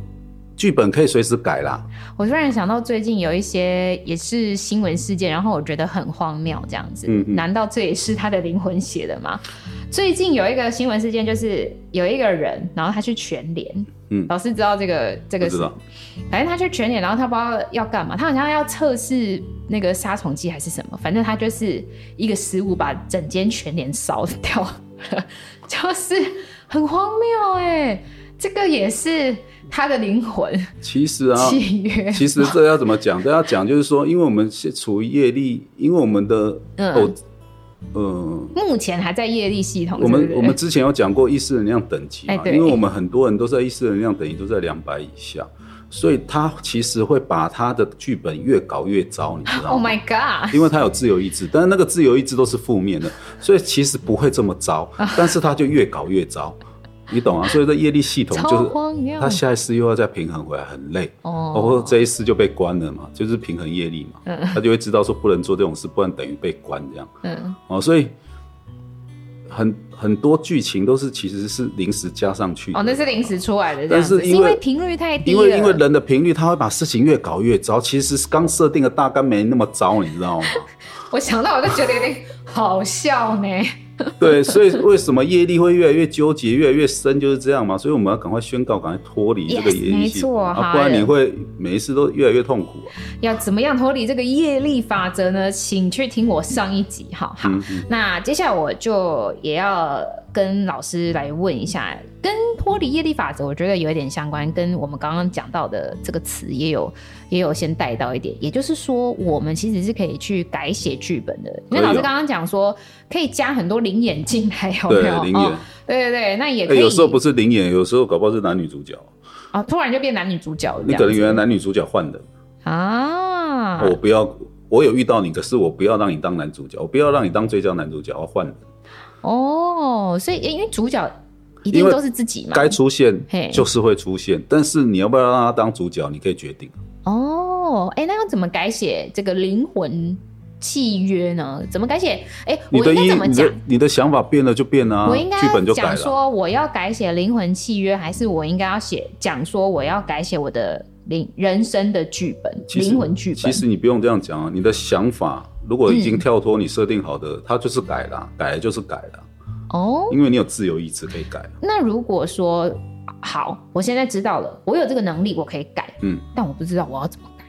[SPEAKER 2] 剧本可以随时改啦，
[SPEAKER 1] 我突然想到，最近有一些也是新闻事件，然后我觉得很荒谬，这样子。
[SPEAKER 2] 嗯嗯
[SPEAKER 1] 难道这也是他的灵魂写的吗？最近有一个新闻事件，就是有一个人，然后他去全联。
[SPEAKER 2] 嗯
[SPEAKER 1] 老师知道这个这
[SPEAKER 2] 不
[SPEAKER 1] 个
[SPEAKER 2] 知
[SPEAKER 1] 是，
[SPEAKER 2] 道，
[SPEAKER 1] 反正他去全联，然后他不知道要干嘛，他好像要测试那个杀虫剂还是什么，反正他就是一个失误把整间全联烧掉了， 就是很荒谬哎、这个也是他的灵魂
[SPEAKER 2] 其实啊，
[SPEAKER 1] 契约。
[SPEAKER 2] 其实这要怎么讲？这要讲就是说，因为我们是处于业力，因为我们的
[SPEAKER 1] 嗯
[SPEAKER 2] 哦，呃，
[SPEAKER 1] 目前还在业力系统，
[SPEAKER 2] 我
[SPEAKER 1] 对
[SPEAKER 2] 们
[SPEAKER 1] 不对
[SPEAKER 2] 我们之前有讲过意识能量等级
[SPEAKER 1] 哎
[SPEAKER 2] 嘛，
[SPEAKER 1] 对
[SPEAKER 2] 因为我们很多人都在意识能量等级都在两百以下，所以他其实会把他的剧本越搞越糟，你知道
[SPEAKER 1] ，Oh
[SPEAKER 2] 吗？
[SPEAKER 1] my God，
[SPEAKER 2] 因为他有自由意志，但是那个自由意志都是负面的，所以其实不会这么糟， 但是他就越搞越糟，你懂啊？所以这业力系统
[SPEAKER 1] 超
[SPEAKER 2] 就是
[SPEAKER 1] 荒谬
[SPEAKER 2] 他下一次又要再平衡回来，很累。包括
[SPEAKER 1] 哦，
[SPEAKER 2] 这一次就被关了嘛，就是平衡业力嘛，
[SPEAKER 1] 嗯
[SPEAKER 2] 他就会知道说不能做这种事，不然等于被关这样
[SPEAKER 1] 嗯，
[SPEAKER 2] 哦，所以很很多剧情都是其实是临时加上去的
[SPEAKER 1] 哦，那是临时出来的这样子，
[SPEAKER 2] 但是
[SPEAKER 1] 是
[SPEAKER 2] 因
[SPEAKER 1] 因
[SPEAKER 2] 为
[SPEAKER 1] 为频率太低
[SPEAKER 2] 因
[SPEAKER 1] 了，
[SPEAKER 2] 为因为人的频率，他会把事情越搞越糟。其实刚设定的大纲没那么糟，你知道吗？
[SPEAKER 1] 我想到我就觉得有点好笑呢，
[SPEAKER 2] 对，所以为什么业力会越来越纠结、越来越深，就是这样嘛。所以我们要赶快宣告，赶快脱离这个
[SPEAKER 1] Yes，
[SPEAKER 2] 业力
[SPEAKER 1] 没
[SPEAKER 2] 系
[SPEAKER 1] 错
[SPEAKER 2] 统，
[SPEAKER 1] 好
[SPEAKER 2] 啊，不然你会每一次都越来越痛苦啊。
[SPEAKER 1] 要怎么样脱离这个业力法则呢？请去听我上一集，好好。
[SPEAKER 2] 嗯嗯，
[SPEAKER 1] 那接下来我就也要跟老师来问一下，跟脱离业力法则，我觉得有一点相关，跟我们刚刚讲到的这个词也有也有先带到一点。也就是说，我们其实是可以去改写剧本的，因为
[SPEAKER 2] 可以哦
[SPEAKER 1] 老师刚刚讲说可以加很多灵眼进来，有没
[SPEAKER 2] 对
[SPEAKER 1] 有？，
[SPEAKER 2] 灵
[SPEAKER 1] 哦
[SPEAKER 2] 眼，
[SPEAKER 1] 对对对，那也可
[SPEAKER 2] 哎
[SPEAKER 1] 以。
[SPEAKER 2] 有时候不是灵眼，有时候搞不好是男女主角。
[SPEAKER 1] 哦，突然就变男女主角了这
[SPEAKER 2] 你
[SPEAKER 1] 样子，
[SPEAKER 2] 可能原来男女主角换的，哦
[SPEAKER 1] 啊，
[SPEAKER 2] 我不要，我有遇到你，可是我不要让你当男主角，我不要让你当最佳男主角，我换的，
[SPEAKER 1] 哦，所以因为主角一定
[SPEAKER 2] 因为
[SPEAKER 1] 都是自己嘛，
[SPEAKER 2] 该出现
[SPEAKER 1] 嘿
[SPEAKER 2] 就是会出现，但是你要不要让他当主角，你可以决定。
[SPEAKER 1] 哦，哎，那要怎么改写这个灵魂契约呢？怎么改写？哎，
[SPEAKER 2] 你
[SPEAKER 1] 我
[SPEAKER 2] 的
[SPEAKER 1] 应该
[SPEAKER 2] 意
[SPEAKER 1] 怎么
[SPEAKER 2] 你
[SPEAKER 1] 讲
[SPEAKER 2] 的？你的想法变了就变了、啊，
[SPEAKER 1] 我应该
[SPEAKER 2] 剧本就改
[SPEAKER 1] 讲
[SPEAKER 2] 了啊。
[SPEAKER 1] 说我要改写灵魂契约，还是我应该要写讲说我要改写我的灵人生的剧本，
[SPEAKER 2] 其实
[SPEAKER 1] 灵魂剧
[SPEAKER 2] 其
[SPEAKER 1] 本？
[SPEAKER 2] 实你不用这样讲啊，你的想法如果已经
[SPEAKER 1] 嗯
[SPEAKER 2] 跳脱你设定好的，它就是改了啊，改了就是改了啊，
[SPEAKER 1] 哦，
[SPEAKER 2] 因为你有自由意志可以改啊。
[SPEAKER 1] 那如果说好，我现在知道了，我有这个能力，我可以改，
[SPEAKER 2] 嗯，
[SPEAKER 1] 但我不知道我要怎么改，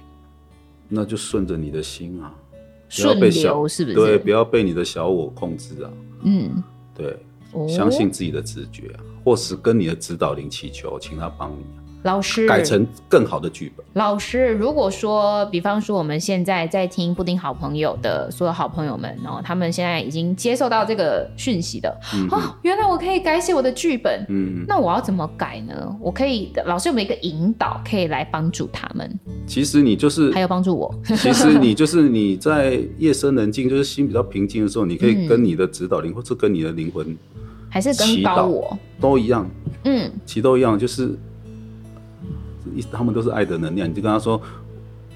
[SPEAKER 2] 那就顺着你的心啊，不要
[SPEAKER 1] 顺
[SPEAKER 2] 被小
[SPEAKER 1] 流是不是？
[SPEAKER 2] 对，不要被你的小我控制啊，
[SPEAKER 1] 嗯，
[SPEAKER 2] 对。
[SPEAKER 1] 哦
[SPEAKER 2] 相信自己的直觉啊、或是跟你的指导灵祈求，请他帮你啊、
[SPEAKER 1] 老师
[SPEAKER 2] 改成更好的剧本。
[SPEAKER 1] 老师，如果说，比方说我们现在在听布丁好朋友的所有好朋友们，然后他们现在已经接受到这个讯息的，哦，原来我可以改写我的剧本，
[SPEAKER 2] 嗯，
[SPEAKER 1] 那我要怎么改呢？我可以，老师有没有一个引导可以来帮助他们，
[SPEAKER 2] 其实你就是
[SPEAKER 1] 还有帮助我？
[SPEAKER 2] 其实你就是你在夜深人静，就是心比较平静的时候，你可以跟你的指导灵，或者跟你的灵魂
[SPEAKER 1] 还是跟
[SPEAKER 2] 祈
[SPEAKER 1] 高
[SPEAKER 2] 祷
[SPEAKER 1] 我？
[SPEAKER 2] 都一样，
[SPEAKER 1] 嗯，
[SPEAKER 2] 其实都一样，就是一他们都是爱的能量。你就跟他说，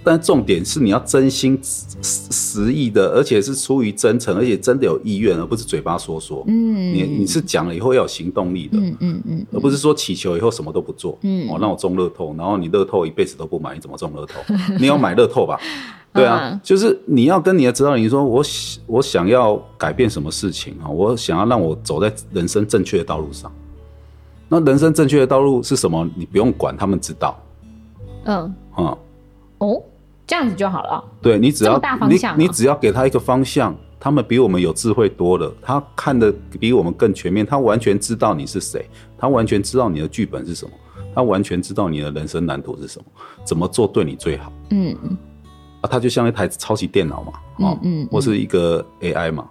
[SPEAKER 2] 但重点是你要真心实实意的，而且是出于真诚，而且真的有意愿，而不是嘴巴说说。
[SPEAKER 1] 嗯
[SPEAKER 2] 你你是讲了以后要有行动力的，
[SPEAKER 1] 嗯嗯嗯
[SPEAKER 2] 而不是说祈求以后什么都不做。
[SPEAKER 1] 嗯
[SPEAKER 2] 哦，让我中乐透，然后你乐透一辈子都不买，你怎么中乐透？ 你有买乐透吧？ 对啊
[SPEAKER 1] 嗯，
[SPEAKER 2] 就是你要跟你的指导灵说，我想我想要改变什么事情啊？我想要让我走在人生正确的道路上。那人生正确的道路是什么？你不用管，他们知道
[SPEAKER 1] 嗯，
[SPEAKER 2] 啊、
[SPEAKER 1] 哦，这样子就好了。
[SPEAKER 2] 对你只
[SPEAKER 1] 这
[SPEAKER 2] 要
[SPEAKER 1] 么大方
[SPEAKER 2] 你
[SPEAKER 1] 向啊
[SPEAKER 2] 你只要给他一个方向，他们比我们有智慧多了，他看的比我们更全面，他完全知道你是谁，他完全知道你的剧本是什么，他完全知道你的人生蓝图是什么，怎么做对你最好
[SPEAKER 1] 嗯
[SPEAKER 2] 啊？他就像一台超级电脑嘛，哦，
[SPEAKER 1] 嗯嗯
[SPEAKER 2] 或是一个 AI 嘛，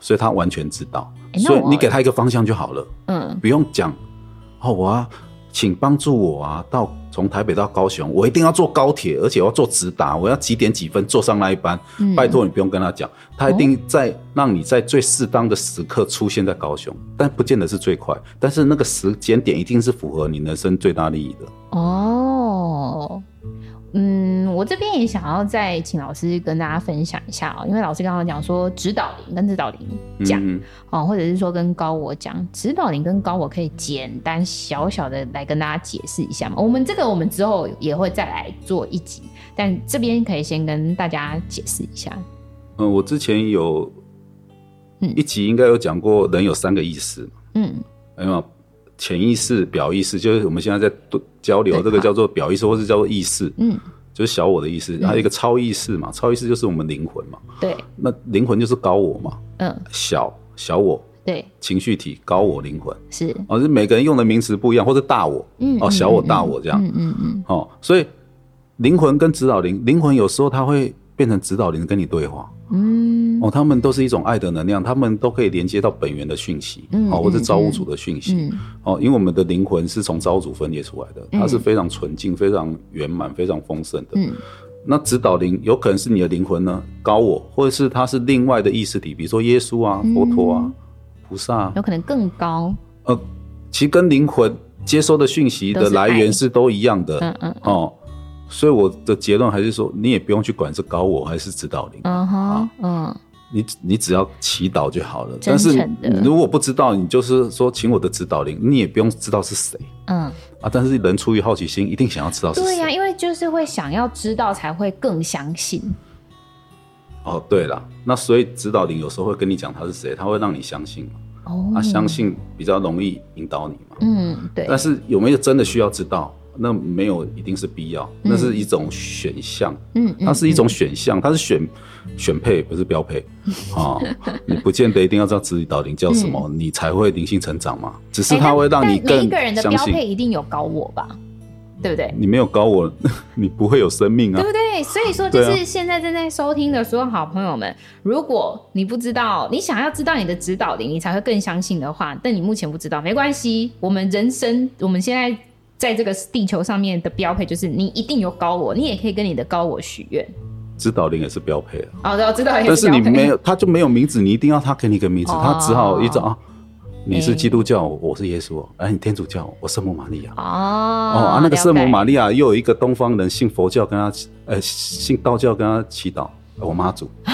[SPEAKER 2] 所以他完全知道，
[SPEAKER 1] 诶那
[SPEAKER 2] 所以
[SPEAKER 1] 我啊
[SPEAKER 2] 你给他一个方向就好了，
[SPEAKER 1] 嗯
[SPEAKER 2] 不用讲哦，我啊。请帮助我啊！到从台北到高雄，我一定要坐高铁，而且我要坐直达，我要几点几分坐上那一班，
[SPEAKER 1] 嗯，
[SPEAKER 2] 拜托你不用跟他讲，他一定在让你在最适当的时刻出现在高雄，但不见得是最快，但是那个时间点一定是符合你人生最大利益的。
[SPEAKER 1] 哦，嗯，我这边也想要再请老师跟大家分享一下哦，因为老师刚刚讲说指导灵跟指导灵讲、
[SPEAKER 2] 嗯，
[SPEAKER 1] 哦，或者是说跟高我讲，指导灵跟高我可以简单小小的来跟大家解释一下嘛。我们这个我们之后也会再来做一集，但这边可以先跟大家解释一下。
[SPEAKER 2] 呃我之前有
[SPEAKER 1] 嗯
[SPEAKER 2] 一集应该有讲过，人有三个意识嘛，
[SPEAKER 1] 嗯
[SPEAKER 2] 有没有？潜意识、表意识，就是我们现在在对交流，
[SPEAKER 1] 对
[SPEAKER 2] 这个叫做表意识，或是叫做意识，
[SPEAKER 1] 嗯，
[SPEAKER 2] 就是小我的意识。还有一个超意识嘛，超意识就是我们灵魂嘛，
[SPEAKER 1] 对，
[SPEAKER 2] 那灵魂就是高我嘛，
[SPEAKER 1] 嗯
[SPEAKER 2] 小小我
[SPEAKER 1] 对，
[SPEAKER 2] 情绪体，高我灵魂。
[SPEAKER 1] 是，
[SPEAKER 2] 哦，就是每个人用的名词不一样，或者大我，
[SPEAKER 1] 嗯
[SPEAKER 2] 哦，
[SPEAKER 1] 嗯
[SPEAKER 2] 小我、
[SPEAKER 1] 嗯
[SPEAKER 2] 大我这样，
[SPEAKER 1] 嗯嗯嗯，
[SPEAKER 2] 哦，所以灵魂跟指导灵，灵魂有时候它会变成指导灵跟你对话，
[SPEAKER 1] 嗯
[SPEAKER 2] 哦，他们都是一种爱的能量，他们都可以连接到本源的讯息，
[SPEAKER 1] 嗯
[SPEAKER 2] 哦，或者
[SPEAKER 1] 嗯
[SPEAKER 2] 造物主的讯息，
[SPEAKER 1] 嗯
[SPEAKER 2] 哦，因为我们的灵魂是从造物主分裂出来的，它是非常纯净、非常圆满、非常丰盛的，
[SPEAKER 1] 嗯
[SPEAKER 2] 那指导灵有可能是你的灵魂呢，高我，或者是它是另外的意识体，比如说耶稣啊、
[SPEAKER 1] 嗯
[SPEAKER 2] 佛陀啊、菩萨、啊，
[SPEAKER 1] 有可能更高，
[SPEAKER 2] 呃，其实跟灵魂接收的讯息的来源是都一样的，
[SPEAKER 1] 嗯嗯
[SPEAKER 2] 哦，所以我的结论还是说，你也不用去管是高我还是指导灵，
[SPEAKER 1] 嗯哼，嗯
[SPEAKER 2] 你你只要祈祷就好了。
[SPEAKER 1] 真
[SPEAKER 2] 但是
[SPEAKER 1] 诚的
[SPEAKER 2] 你如果不知道，你就是说请我的指导灵，你也不用知道是谁
[SPEAKER 1] 嗯，
[SPEAKER 2] 啊。但是人出于好奇心，一定想要知道是
[SPEAKER 1] 对
[SPEAKER 2] 谁。
[SPEAKER 1] 呀、因为就是会想要知道，才会更相信。
[SPEAKER 2] 哦，对了，那所以指导灵有时候会跟你讲他是谁，他会让你相信嘛，
[SPEAKER 1] 哦，
[SPEAKER 2] 啊，相信比较容易引导你嘛。
[SPEAKER 1] 嗯，对，
[SPEAKER 2] 但是有没有真的需要知道？那没有一定是必要，那是一种选项，
[SPEAKER 1] 嗯，嗯
[SPEAKER 2] 它是一种选项，它是选选配，不是标 配。啊、你不见得一定要知道指导灵叫什么，你才会灵性成长嘛。只
[SPEAKER 1] 嗯
[SPEAKER 2] 是
[SPEAKER 1] 哎
[SPEAKER 2] 它
[SPEAKER 1] 但
[SPEAKER 2] 会让
[SPEAKER 1] 但每
[SPEAKER 2] 你更
[SPEAKER 1] 一个人的
[SPEAKER 2] 相
[SPEAKER 1] 标
[SPEAKER 2] 信。嗯
[SPEAKER 1] 配一定有高我吧，对不对？
[SPEAKER 2] 你没有高我， 你不会有生命啊
[SPEAKER 1] 对。不对？所以说，就
[SPEAKER 2] 对啊
[SPEAKER 1] 是现在正在收听的所有好朋友们，如果你不知道，你想要知道你的指导灵，你才会更相信的话，但你目前不知道，没关系。我们人生，我们现在在这个地球上面的标配就是你一定有高我，你也可以跟你的高我许愿。
[SPEAKER 2] 指导灵也是标配啊，
[SPEAKER 1] 哦，对我知道，也
[SPEAKER 2] 但是你
[SPEAKER 1] 标配
[SPEAKER 2] 没有，他就没有名字，你一定要他给你一个名字，
[SPEAKER 1] 哦
[SPEAKER 2] 他只好一直啊。你
[SPEAKER 1] 哎
[SPEAKER 2] 是基督教，我是耶稣哦，哎，你天主教，我圣母玛利亚。
[SPEAKER 1] 哦
[SPEAKER 2] 哦
[SPEAKER 1] 啊
[SPEAKER 2] 啊，那个圣母玛利亚又有一个东方人信佛教，跟他呃信道教跟他祈祷，呃 我妈祖啊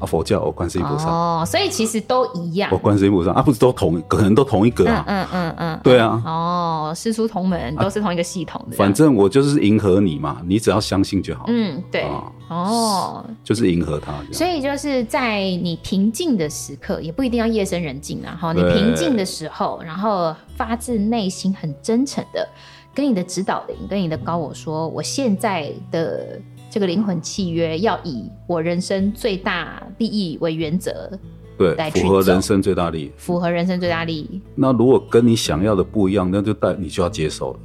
[SPEAKER 2] 啊佛教我观世音菩萨，
[SPEAKER 1] 哦，所以其实都一样
[SPEAKER 2] 我。观世音菩萨啊，不是都同可能都同一个
[SPEAKER 1] 嗯
[SPEAKER 2] 啊，
[SPEAKER 1] 嗯嗯嗯，
[SPEAKER 2] 对啊，
[SPEAKER 1] 哦，师出同门，都是同一个系统的。
[SPEAKER 2] 反，正我就是迎合你嘛，你只要相信就好，
[SPEAKER 1] 嗯，对，
[SPEAKER 2] 啊
[SPEAKER 1] 哦，
[SPEAKER 2] 就是迎合他这
[SPEAKER 1] 所
[SPEAKER 2] 样。
[SPEAKER 1] 以就是在你平静的时刻，也不一定要夜深人静啊，哈，你
[SPEAKER 2] 对
[SPEAKER 1] 平静的时候，然后发自内心很真诚的跟你的指导灵、跟你的高我说，我现在的这个灵魂契约要以我人生最大利益为原则，
[SPEAKER 2] 对
[SPEAKER 1] 来，去
[SPEAKER 2] 符合
[SPEAKER 1] 走
[SPEAKER 2] 人生最大利益。
[SPEAKER 1] 符合人生最大利益。
[SPEAKER 2] 那如果跟你想要的不一样，那就带你就要接受了。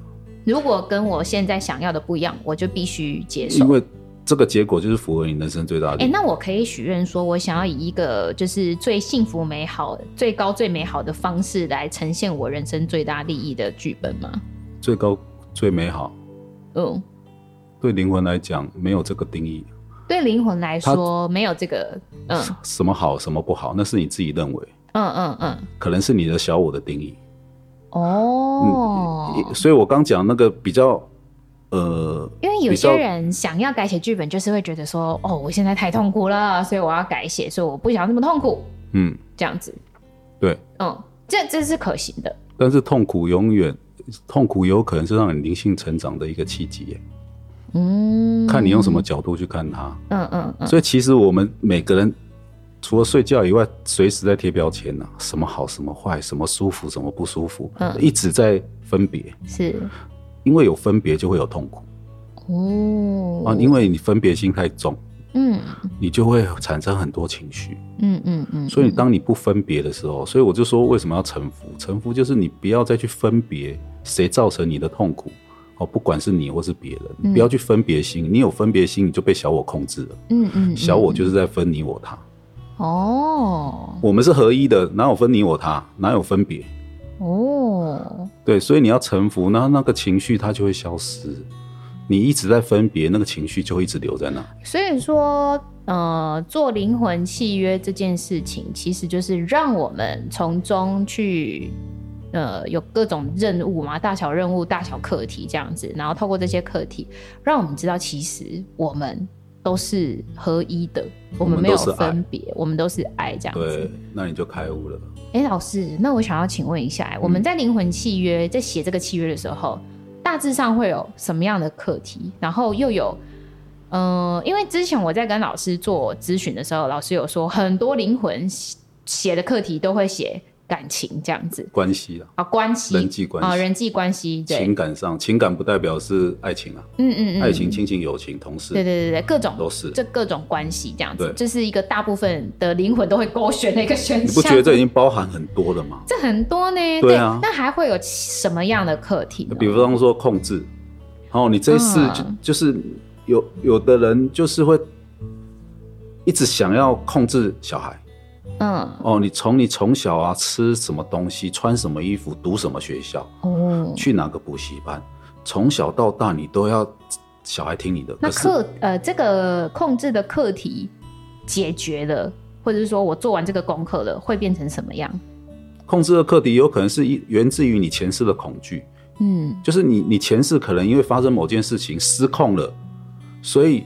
[SPEAKER 1] 如果跟我现在想要的不一样，我就必须接受
[SPEAKER 2] 因。为这个结果就是符合你人生最大的
[SPEAKER 1] 哎、
[SPEAKER 2] 利益。
[SPEAKER 1] 那我可以许愿说，我想要以一个就是最幸福、美好、最高、最美好的方式来呈现我人生最大利益的剧本吗？
[SPEAKER 2] 最高最美好，
[SPEAKER 1] 嗯，
[SPEAKER 2] 对灵魂来讲没有这个定义，
[SPEAKER 1] 对灵魂来说没有这个，嗯
[SPEAKER 2] 什么好什么不好，那是你自己认为，
[SPEAKER 1] 嗯嗯嗯，
[SPEAKER 2] 可能是你的小我的定义。嗯
[SPEAKER 1] 哦，
[SPEAKER 2] 所以我刚讲那个比较，呃，
[SPEAKER 1] 因为有
[SPEAKER 2] 比较
[SPEAKER 1] 些人想要改写剧本，就是会觉得说，哦，我现在太痛苦了，所以我要改写，所以我不想要那么痛苦，
[SPEAKER 2] 嗯，
[SPEAKER 1] 这样子，
[SPEAKER 2] 对，
[SPEAKER 1] 嗯，这这是可行的，
[SPEAKER 2] 但是痛苦永远，痛苦有可能是让你灵性成长的一个契机耶，
[SPEAKER 1] 嗯，
[SPEAKER 2] 看你用什么角度去看它。
[SPEAKER 1] 嗯，嗯嗯
[SPEAKER 2] 所以其实我们每个人除了睡觉以外，随时在贴标签呐、什么好，什么坏，什么舒服，什么不舒服，
[SPEAKER 1] 嗯
[SPEAKER 2] 一直在分别，
[SPEAKER 1] 嗯，是，
[SPEAKER 2] 因为有分别就会有痛苦
[SPEAKER 1] 哦，
[SPEAKER 2] 啊，因为你分别心太重，
[SPEAKER 1] 嗯
[SPEAKER 2] 你就会产生很多情绪。
[SPEAKER 1] 嗯嗯嗯，
[SPEAKER 2] 所以当你不分别的时候，所以我就说为什么要臣服？臣服就是你不要再去分别谁造成你的痛苦。哦，不管是你或是别人，
[SPEAKER 1] 嗯
[SPEAKER 2] 你不要去分别心。你有分别心，你就被小我控制了。
[SPEAKER 1] 嗯嗯，
[SPEAKER 2] 小我就是在分你我他，
[SPEAKER 1] 哦
[SPEAKER 2] 我们是合一的，哪有分你我他，哪有分别？
[SPEAKER 1] 哦，
[SPEAKER 2] 对，所以你要臣服，那那个情绪它就会消失。你一直在分别，那个情绪就会一直留在那。
[SPEAKER 1] 所以说，呃，做灵魂契约这件事情，其实就是让我们从中去，呃，有各种任务嘛，大小任务、大小课题这样子，然后透过这些课题，让我们知道，其实我们都是合一的，我
[SPEAKER 2] 我们
[SPEAKER 1] 们没有
[SPEAKER 2] 都是爱
[SPEAKER 1] 分别，我们都是爱这样子
[SPEAKER 2] 对。，那你就开悟了。
[SPEAKER 1] 哎，老师，那我想要请问一下，
[SPEAKER 2] 嗯
[SPEAKER 1] 我们在灵魂契约在写这个契约的时候，大致上会有什么样的课题？然后又有，嗯、因为之前我在跟老师做咨询的时候，老师有说很多灵魂写写的课题都会写感情这样子
[SPEAKER 2] 关系啊，
[SPEAKER 1] 啊，关系、
[SPEAKER 2] 人际关系
[SPEAKER 1] 啊、人际关系，对
[SPEAKER 2] 情，感上，情感不代表是爱情啊，
[SPEAKER 1] 嗯嗯嗯，
[SPEAKER 2] 爱情、亲情、友情、同事，
[SPEAKER 1] 对对对对，各种
[SPEAKER 2] 都是
[SPEAKER 1] 这各种关系这样子
[SPEAKER 2] 对，
[SPEAKER 1] 这是一个大部分的灵魂都会勾选的一个选项。
[SPEAKER 2] 你不觉得这已经包含很多了吗？
[SPEAKER 1] 这很多呢，
[SPEAKER 2] 对啊
[SPEAKER 1] 那还会有什么样的课题呢？
[SPEAKER 2] 比方说控制，哦，你这一次就、
[SPEAKER 1] 嗯
[SPEAKER 2] 就是有有的人就是会一直想要控制小孩，
[SPEAKER 1] 嗯，
[SPEAKER 2] 哦，你从你从小啊吃什么东西、穿什么衣服、读什么学校、
[SPEAKER 1] 哦，
[SPEAKER 2] 去哪个补习班，从小到大你都要小孩听你的。
[SPEAKER 1] 那
[SPEAKER 2] 可是
[SPEAKER 1] 课呃，这个控制的课题解决了，或者是说我做完这个功课了，会变成什么样？
[SPEAKER 2] 控制的课题有可能是一源自于你前世的恐惧，
[SPEAKER 1] 嗯
[SPEAKER 2] 就是你你前世可能因为发生某件事情失控了，所以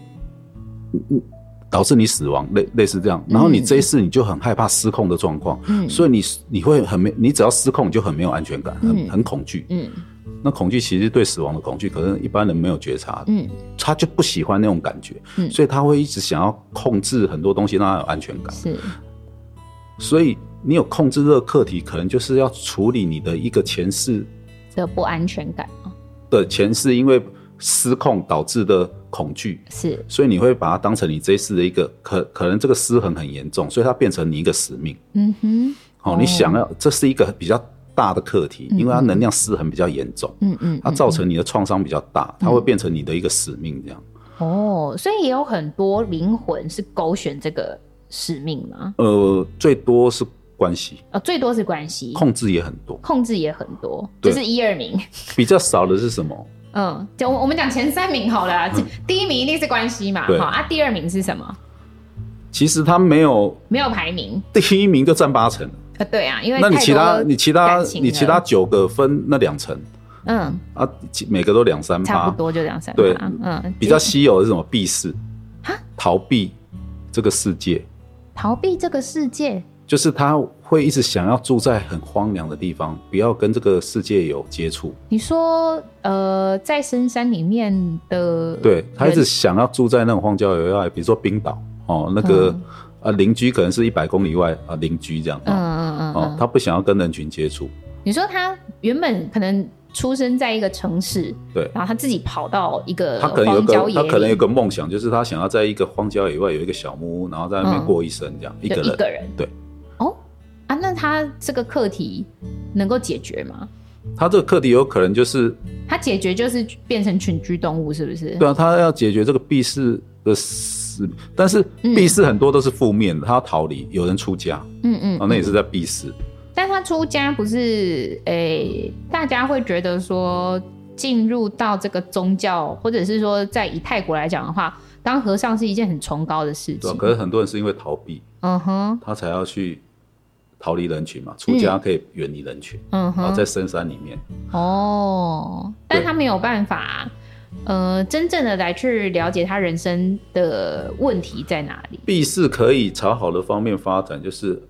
[SPEAKER 2] 嗯嗯导致你死亡，类类似这样。然后你这一世你就很害怕失控的状况，
[SPEAKER 1] 嗯
[SPEAKER 2] 所以你你会很没，你只要失控你就很没有安全感，很、
[SPEAKER 1] 嗯
[SPEAKER 2] 很恐惧。
[SPEAKER 1] 嗯
[SPEAKER 2] 那恐惧其实对死亡的恐惧，可能一般人没有觉察，
[SPEAKER 1] 嗯
[SPEAKER 2] 他就不喜欢那种感觉，
[SPEAKER 1] 嗯
[SPEAKER 2] 所以他会一直想要控制很多东西，让他有安全感。
[SPEAKER 1] 是
[SPEAKER 2] 所以你有控制这个课题，可能就是要处理你的一个前世
[SPEAKER 1] 的不安全感啊，
[SPEAKER 2] 的前世因为失控导致的恐惧，
[SPEAKER 1] 是
[SPEAKER 2] 所以你会把它当成你这一世的一个可可能这个失衡很严重，所以它变成你一个使命。
[SPEAKER 1] 嗯哼，
[SPEAKER 2] 哦
[SPEAKER 1] 哦，
[SPEAKER 2] 你想要这是一个比较大的课题，因为它能量失衡比较严重，
[SPEAKER 1] 嗯嗯，
[SPEAKER 2] 它造成你的创伤比较大，它会变成你的一个使命这样。
[SPEAKER 1] 哦，所以也有很多灵魂是勾选这个使命嘛，
[SPEAKER 2] 呃，最多是关系
[SPEAKER 1] 呃，最多是关系，
[SPEAKER 2] 控制也很多，
[SPEAKER 1] 控制也很多，就
[SPEAKER 2] 对
[SPEAKER 1] 是一二名。
[SPEAKER 2] 比较少的是什么？
[SPEAKER 1] 嗯，就我我们讲前三名好了啊，这第一名一定是关系嘛，
[SPEAKER 2] 嗯对
[SPEAKER 1] 好啊，第二名是什么？
[SPEAKER 2] 其实它没有
[SPEAKER 1] 没有排名，第
[SPEAKER 2] 第一名就占八成，
[SPEAKER 1] 呃，对啊，因为
[SPEAKER 2] 那你
[SPEAKER 1] 太
[SPEAKER 2] 其他
[SPEAKER 1] 多
[SPEAKER 2] 你其他
[SPEAKER 1] 感情了
[SPEAKER 2] 你其他九个分那两成
[SPEAKER 1] 嗯，
[SPEAKER 2] 啊，其每个都两三趴，
[SPEAKER 1] 差不多就两三
[SPEAKER 2] 对
[SPEAKER 1] 趴嗯，
[SPEAKER 2] 比较稀有的是什么？避世
[SPEAKER 1] 哈，
[SPEAKER 2] 逃避这个世界，
[SPEAKER 1] 逃避这个世界，
[SPEAKER 2] 就是他会一直想要住在很荒凉的地方，不要跟这个世界有接触。
[SPEAKER 1] 你说呃，在深山里面的
[SPEAKER 2] 对他一直
[SPEAKER 1] 人
[SPEAKER 2] 想要住在那种荒郊野外，比如说冰岛哦，那个、
[SPEAKER 1] 嗯
[SPEAKER 2] 啊邻居可能是一百公里外啊邻居这样
[SPEAKER 1] 嗯
[SPEAKER 2] 啊、
[SPEAKER 1] 嗯嗯
[SPEAKER 2] 哦
[SPEAKER 1] 嗯，，
[SPEAKER 2] 他不想要跟人群接触。
[SPEAKER 1] 你说他原本可能出生在一个城市，
[SPEAKER 2] 对
[SPEAKER 1] 然后他自己跑到一个
[SPEAKER 2] 他可能有
[SPEAKER 1] 呃荒郊
[SPEAKER 2] 个
[SPEAKER 1] 野
[SPEAKER 2] 他可能有
[SPEAKER 1] 岭
[SPEAKER 2] 个梦想，就是他想要在一个荒郊野外有一个小木屋，然后在那
[SPEAKER 1] 嗯
[SPEAKER 2] 边过一生这样、一
[SPEAKER 1] 就
[SPEAKER 2] 个人。
[SPEAKER 1] 一个人
[SPEAKER 2] 对
[SPEAKER 1] 哦啊，那他这个课题能够解决吗？
[SPEAKER 2] 它这个课题有可能就是
[SPEAKER 1] 它解决就是变成群居动物，是不是？
[SPEAKER 2] 对啊，它要解决这个避世的死，但是避世很多都是负面的，它要逃离，有人出家啊，
[SPEAKER 1] 嗯嗯。
[SPEAKER 2] 那也是在避世。
[SPEAKER 1] 但他出家不是诶、大家会觉得说进入到这个宗教，或者是说在以泰国来讲的话，当和尚是一件很崇高的事
[SPEAKER 2] 对啊、
[SPEAKER 1] 情。
[SPEAKER 2] 可是很多人是因为逃避，
[SPEAKER 1] 嗯哼，
[SPEAKER 2] 他才要去逃离人群嘛，出家可以远离人群，
[SPEAKER 1] 嗯
[SPEAKER 2] 然后
[SPEAKER 1] 哼，
[SPEAKER 2] 在深山里面，
[SPEAKER 1] 哦，但他没有办法，呃，真正的来去了解他人生的问题在哪里。
[SPEAKER 2] 避世可以朝好的方面发展，就是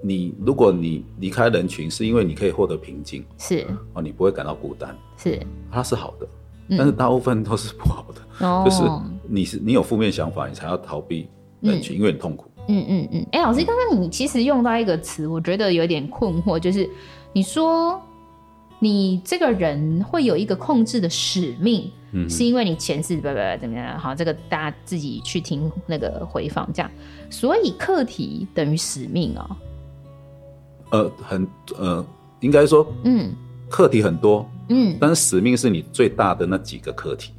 [SPEAKER 2] 你如果你离开人群，是因为你可以获得平静
[SPEAKER 1] 是
[SPEAKER 2] 啊，你不会感到孤单，
[SPEAKER 1] 是，
[SPEAKER 2] 它是好的，
[SPEAKER 1] 嗯
[SPEAKER 2] 但是大部分都是不好的，
[SPEAKER 1] 哦，
[SPEAKER 2] 就是你是你有负面想法，你才要逃避人群，因为你痛苦。
[SPEAKER 1] 嗯嗯嗯，哎、老师，刚刚你其实用到一个词，我觉得有点困惑，就是你说你这个人会有一个控制的使命，
[SPEAKER 2] 嗯
[SPEAKER 1] 是因为你前世不不不怎么样？好，这个大家自己去听那个回放，这样，所以课题等于使命哦。
[SPEAKER 2] 呃，很呃，应该说
[SPEAKER 1] 嗯
[SPEAKER 2] 课题很多，
[SPEAKER 1] 嗯，
[SPEAKER 2] 但是使命是你最大的那几个课题，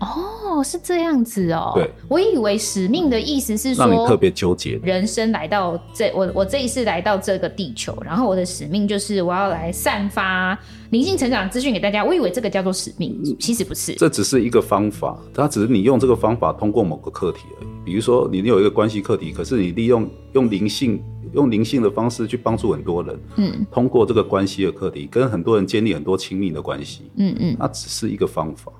[SPEAKER 1] 哦，是这样子哦。
[SPEAKER 2] 对，
[SPEAKER 1] 我以为使命的意思是说
[SPEAKER 2] 让你特别纠结的。
[SPEAKER 1] 人生来到这，我我这一次来到这个地球，然后我的使命就是我要来散发灵性成长资讯给大家。我以为这个叫做使命，其实不是。
[SPEAKER 2] 这只是一个方法，它只是你用这个方法通过某个课题而已。比如说，你有一个关系课题，可是你利用用灵性、用灵性的方式去帮助很多人，
[SPEAKER 1] 嗯
[SPEAKER 2] 通过这个关系的课题，跟很多人建立很多亲密的关系，
[SPEAKER 1] 嗯嗯，
[SPEAKER 2] 那只是一个方法。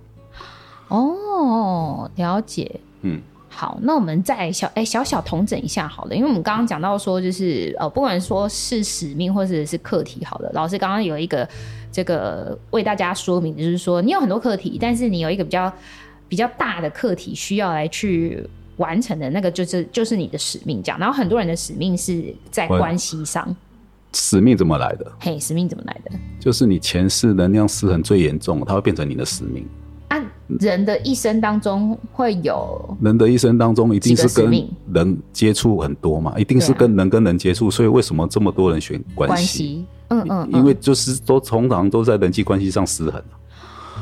[SPEAKER 1] 哦，了解。
[SPEAKER 2] 嗯，
[SPEAKER 1] 好，那我们再小哎、小小统整一下好了，因为我们刚刚讲到说，就是呃，不管说是使命或者是课题，好了，老师刚刚有一个这个为大家说明，就是说你有很多课题，但是你有一个比较比较大的课题需要来去完成的那个，就是就是你的使命这样。然后很多人的使命是在
[SPEAKER 2] 关
[SPEAKER 1] 关系上，
[SPEAKER 2] 使命怎么来的？
[SPEAKER 1] 嘿，使命怎么来的？
[SPEAKER 2] 就是你前世能量失衡最严重，它会变成你的使命。
[SPEAKER 1] 啊，人的一生当中会有
[SPEAKER 2] 人的一生当中，一定是
[SPEAKER 1] 几个使
[SPEAKER 2] 跟
[SPEAKER 1] 命
[SPEAKER 2] 人接触很多嘛，一定是
[SPEAKER 1] 对啊
[SPEAKER 2] 跟人跟人接触，所以为什么这么多人选关
[SPEAKER 1] 关
[SPEAKER 2] 系？
[SPEAKER 1] 系，嗯嗯，嗯
[SPEAKER 2] 因为就是都通常都在人际关系上失衡。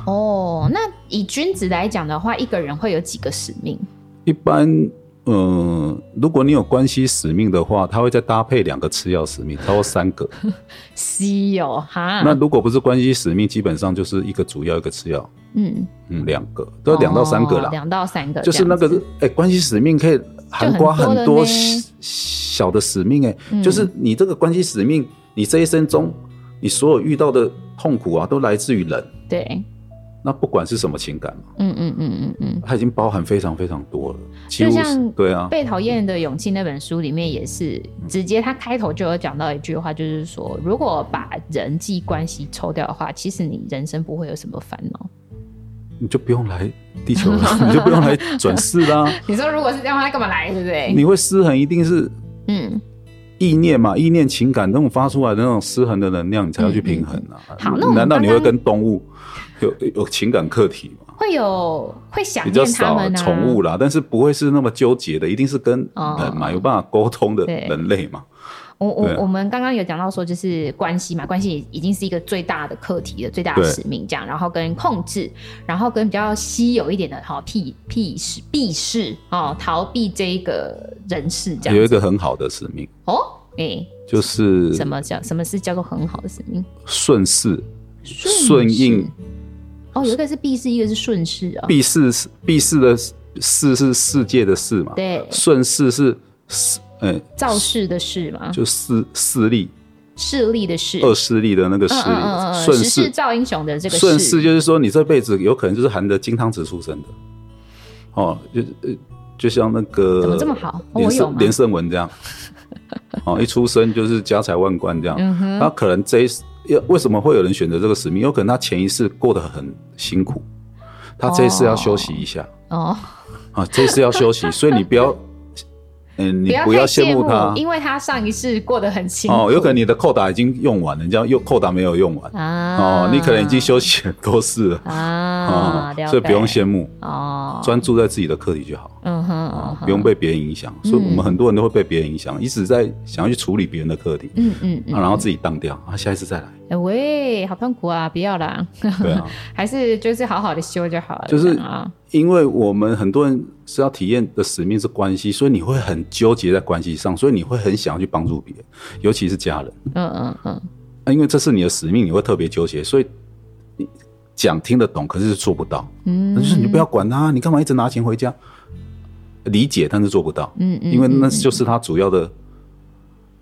[SPEAKER 1] 哦，那以君子来讲的话，一个人会有几个使命？
[SPEAKER 2] 一般，呃，如果你有关系使命的话，它会再搭配两个次要使命，超过三 个。
[SPEAKER 1] 稀有哦哈，
[SPEAKER 2] 那如果不是关系使命，基本上就是一个主要，一个次要，
[SPEAKER 1] 嗯，
[SPEAKER 2] 嗯，两个都要两到三个
[SPEAKER 1] 哦
[SPEAKER 2] 啦。
[SPEAKER 1] 两到三个这样子，
[SPEAKER 2] 就是那个，哎、关系使命可以涵
[SPEAKER 1] 就很
[SPEAKER 2] 盖
[SPEAKER 1] 多
[SPEAKER 2] 很多
[SPEAKER 1] 了呢
[SPEAKER 2] 小小的使命、哎、
[SPEAKER 1] 嗯
[SPEAKER 2] 就是你这个关系使命，你这一生中，你所有遇到的痛苦啊，都来自于人。
[SPEAKER 1] 对，
[SPEAKER 2] 那不管是什么情感嘛，
[SPEAKER 1] 嗯嗯嗯嗯嗯。
[SPEAKER 2] 它已经包含非常非常多了，几乎
[SPEAKER 1] 就像
[SPEAKER 2] 是对啊，
[SPEAKER 1] 被讨厌的勇气那本书里面也是，
[SPEAKER 2] 嗯
[SPEAKER 1] 直接他开头就有讲到一句话，就是说，如果把人际关系抽掉的话，其实你人生不会有什么烦恼。
[SPEAKER 2] 你就不用来地球了，你就不用来转世 啦。
[SPEAKER 1] 你说如果是这样的话，他干嘛来？对不对？
[SPEAKER 2] 你会失衡，一定是
[SPEAKER 1] 嗯，
[SPEAKER 2] 意念嘛，意念情感那种发出来的那种失衡的能量，你才要去平衡啊。
[SPEAKER 1] 嗯好那我们
[SPEAKER 2] 难道你
[SPEAKER 1] 刚
[SPEAKER 2] 会
[SPEAKER 1] 刚
[SPEAKER 2] 跟动物有有情感课题吗？
[SPEAKER 1] 会有会想
[SPEAKER 2] 比较
[SPEAKER 1] 念他
[SPEAKER 2] 少
[SPEAKER 1] 们啊，
[SPEAKER 2] 宠物啦，但是不会是那么纠结的，一定是跟人嘛、
[SPEAKER 1] 哦
[SPEAKER 2] 有办法沟通的
[SPEAKER 1] 对
[SPEAKER 2] 人类嘛。
[SPEAKER 1] 我
[SPEAKER 2] 对啊
[SPEAKER 1] 我我们刚刚有讲到说，就是关系嘛，关系已经是一个最大的课题了，最大的
[SPEAKER 2] 对
[SPEAKER 1] 使命这样，然后跟控制，然后跟比较稀有一点的哈避避世避世哦，逃避这一个人世这
[SPEAKER 2] 有
[SPEAKER 1] 样
[SPEAKER 2] 一
[SPEAKER 1] 子
[SPEAKER 2] 个很好的使命，
[SPEAKER 1] 哦，哎、
[SPEAKER 2] 就是
[SPEAKER 1] 什么叫什么是叫做很好的使命？
[SPEAKER 2] 顺势、
[SPEAKER 1] 势
[SPEAKER 2] 顺应。
[SPEAKER 1] 哦，有一个是避世，一个是顺势哦，
[SPEAKER 2] 避世是，避世的世是世界的世嘛，
[SPEAKER 1] 对
[SPEAKER 2] 顺势是势，呃、
[SPEAKER 1] 造势的势嘛，
[SPEAKER 2] 就势势力、
[SPEAKER 1] 势力的势，
[SPEAKER 2] 恶势力的那个势
[SPEAKER 1] 嗯嗯嗯嗯
[SPEAKER 2] 力，
[SPEAKER 1] 嗯，
[SPEAKER 2] 顺
[SPEAKER 1] 时势
[SPEAKER 2] 势
[SPEAKER 1] 造英雄的这个
[SPEAKER 2] 顺势就是说，你这辈子有可能就是含着金汤匙出生的，哦，就呃，就像那个
[SPEAKER 1] 怎么这么好哦我
[SPEAKER 2] 连
[SPEAKER 1] 有
[SPEAKER 2] 胜
[SPEAKER 1] 吗
[SPEAKER 2] 连胜文 这样，哦，一出生就是家财万贯这样，
[SPEAKER 1] 嗯哼
[SPEAKER 2] 他可能这一要为什么会有人选择这个使命？有可能他前一世过得很辛苦，他这一次要休息一下、
[SPEAKER 1] 哦，
[SPEAKER 2] 啊，这一次要 休息，所以你不要，嗯、你
[SPEAKER 1] 要
[SPEAKER 2] 不
[SPEAKER 1] 太
[SPEAKER 2] 要
[SPEAKER 1] 羡
[SPEAKER 2] 羡慕他。
[SPEAKER 1] 因为他上一世过得很辛苦
[SPEAKER 2] 哦，有可能你的扣打已经用完了，你这样又扣打没有用完，
[SPEAKER 1] 啊
[SPEAKER 2] 哦，你可能已经休息很多次了，
[SPEAKER 1] 啊，啊，了解
[SPEAKER 2] 所以不用羡慕，
[SPEAKER 1] 哦，
[SPEAKER 2] 专注在自己的课题就好。
[SPEAKER 1] 嗯哼，嗯
[SPEAKER 2] 啊，
[SPEAKER 1] 哼
[SPEAKER 2] 不用被别人影响，所以
[SPEAKER 1] 嗯
[SPEAKER 2] 我们很多人都会被别人影响，一直在想要去处理别人的课题，
[SPEAKER 1] 嗯嗯嗯，
[SPEAKER 2] 啊，然后自己当掉，啊，下一次再来，
[SPEAKER 1] 哎喂，好痛苦啊，不要啦，
[SPEAKER 2] 对啊，
[SPEAKER 1] 还是就是好好的修就好了，
[SPEAKER 2] 就是
[SPEAKER 1] 这样啊，
[SPEAKER 2] 因为我们很多人是要体验的使命是关系，所以你会很纠结在关系上，所以你会很想要去帮助别人，尤其是家人，
[SPEAKER 1] 嗯嗯嗯，
[SPEAKER 2] 啊因为这是你的使命，你会特别纠结，所以你讲听得懂，可是做不到，嗯，就是你不要管他，你干嘛一直拿钱回家？理解，但是做不到，
[SPEAKER 1] 嗯嗯
[SPEAKER 2] 因为那就是他主要的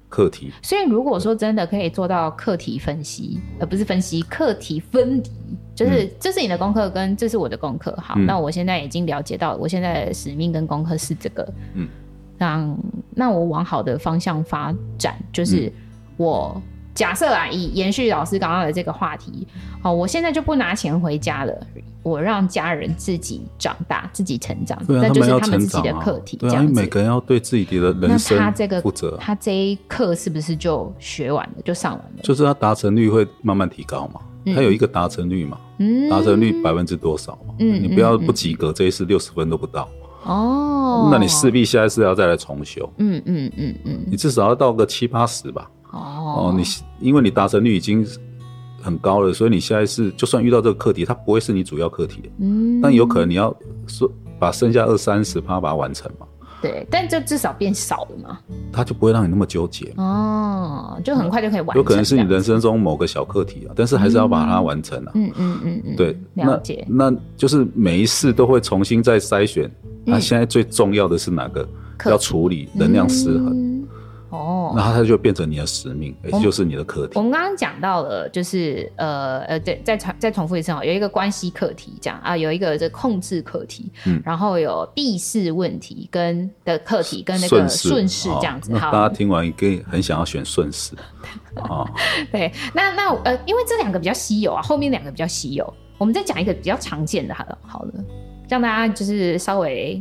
[SPEAKER 2] 课题，
[SPEAKER 1] 所以如果说真的可以做到课题分析，而不是分析课题分离，就是这是你的功课跟这是我的功课。好，
[SPEAKER 2] 嗯
[SPEAKER 1] 那我现在已经了解到我现在的使命跟功课是这个，
[SPEAKER 2] 嗯，
[SPEAKER 1] 让那我往好的方向发展，
[SPEAKER 2] 嗯
[SPEAKER 1] 就是我。假设啊，以延续老师刚刚的这个话题，哦，我现在就不拿钱回家了，我让家人自己长大、自己成长，
[SPEAKER 2] 对啊，
[SPEAKER 1] 那嗯
[SPEAKER 2] 他
[SPEAKER 1] 就是
[SPEAKER 2] 要
[SPEAKER 1] 他们
[SPEAKER 2] 成
[SPEAKER 1] 自己
[SPEAKER 2] 长
[SPEAKER 1] 的
[SPEAKER 2] 啊，
[SPEAKER 1] 课题。
[SPEAKER 2] 对
[SPEAKER 1] 这
[SPEAKER 2] 啊，
[SPEAKER 1] 样
[SPEAKER 2] 因为
[SPEAKER 1] 子。
[SPEAKER 2] 每个人要对自己的
[SPEAKER 1] 那
[SPEAKER 2] 人生
[SPEAKER 1] 他这个
[SPEAKER 2] 负责啊，
[SPEAKER 1] 他这一课是不是就学完了，就上完了？
[SPEAKER 2] 就是他达成率会慢慢提高嘛。他有一个达成率嘛，
[SPEAKER 1] 嗯，
[SPEAKER 2] 达成率百分之多少嘛？
[SPEAKER 1] 嗯
[SPEAKER 2] 你不要不及格，这一次六十分都不到，
[SPEAKER 1] 哦，
[SPEAKER 2] 那你势，必下一次要再来重修，
[SPEAKER 1] 嗯嗯嗯嗯，
[SPEAKER 2] 你至少要到个七八十吧。
[SPEAKER 1] 哦
[SPEAKER 2] 哦，你因为你达成率已经很高了，所以你下一次就算遇到这个课题，它不会是你主要课题，
[SPEAKER 1] 嗯，
[SPEAKER 2] 但有可能你要说把剩下二三十趴把它完成嘛，
[SPEAKER 1] 对，但就至少变少了嘛，
[SPEAKER 2] 它就不会让你那么纠结嘛。
[SPEAKER 1] 哦，就很快就可以完成，
[SPEAKER 2] 有可能是你，人生中某个小课题啊，但是还是要把它完成啊。
[SPEAKER 1] 嗯嗯嗯嗯，
[SPEAKER 2] 对，
[SPEAKER 1] 了解，
[SPEAKER 2] 那那就是每一次都会重新再筛选，
[SPEAKER 1] 嗯
[SPEAKER 2] 那、现在最重要的是哪个
[SPEAKER 1] 课题
[SPEAKER 2] 要处理能量失衡，
[SPEAKER 1] 嗯，哦，
[SPEAKER 2] 那它就变成你的使命，也
[SPEAKER 1] 我们
[SPEAKER 2] 就是你的课题
[SPEAKER 1] 我。们刚刚讲到了，就是呃呃，对，再重再重复一次哦，有一个关系课题这样啊，有一个这控制课题，
[SPEAKER 2] 嗯
[SPEAKER 1] 然后有避世问题跟的课题跟那个
[SPEAKER 2] 顺势，
[SPEAKER 1] 顺势
[SPEAKER 2] 哦
[SPEAKER 1] 这样子。
[SPEAKER 2] 那大
[SPEAKER 1] 好
[SPEAKER 2] 家，听完一定很想要选顺势啊，
[SPEAKER 1] 对，那那呃，因为这两个比较稀有啊，后面两个比较稀有，我们再讲一个比较常见的，好了，好了，让大家就是稍微。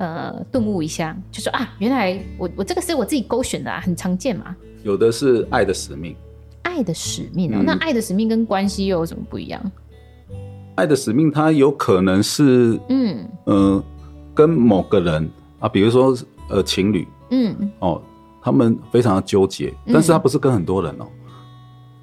[SPEAKER 1] 呃，顿悟一下，就说啊，原来我我这个是我自己勾选的啊，很常见嘛。
[SPEAKER 2] 有的是爱的使命，
[SPEAKER 1] 爱的使命哦，
[SPEAKER 2] 嗯
[SPEAKER 1] 那爱的使命跟关系又有什么不一样？
[SPEAKER 2] 爱的使命，它有可能是
[SPEAKER 1] 嗯
[SPEAKER 2] 呃跟某个人啊，比如说呃情侣，
[SPEAKER 1] 嗯
[SPEAKER 2] 哦，他们非常的纠结，但是他不是跟很多人哦，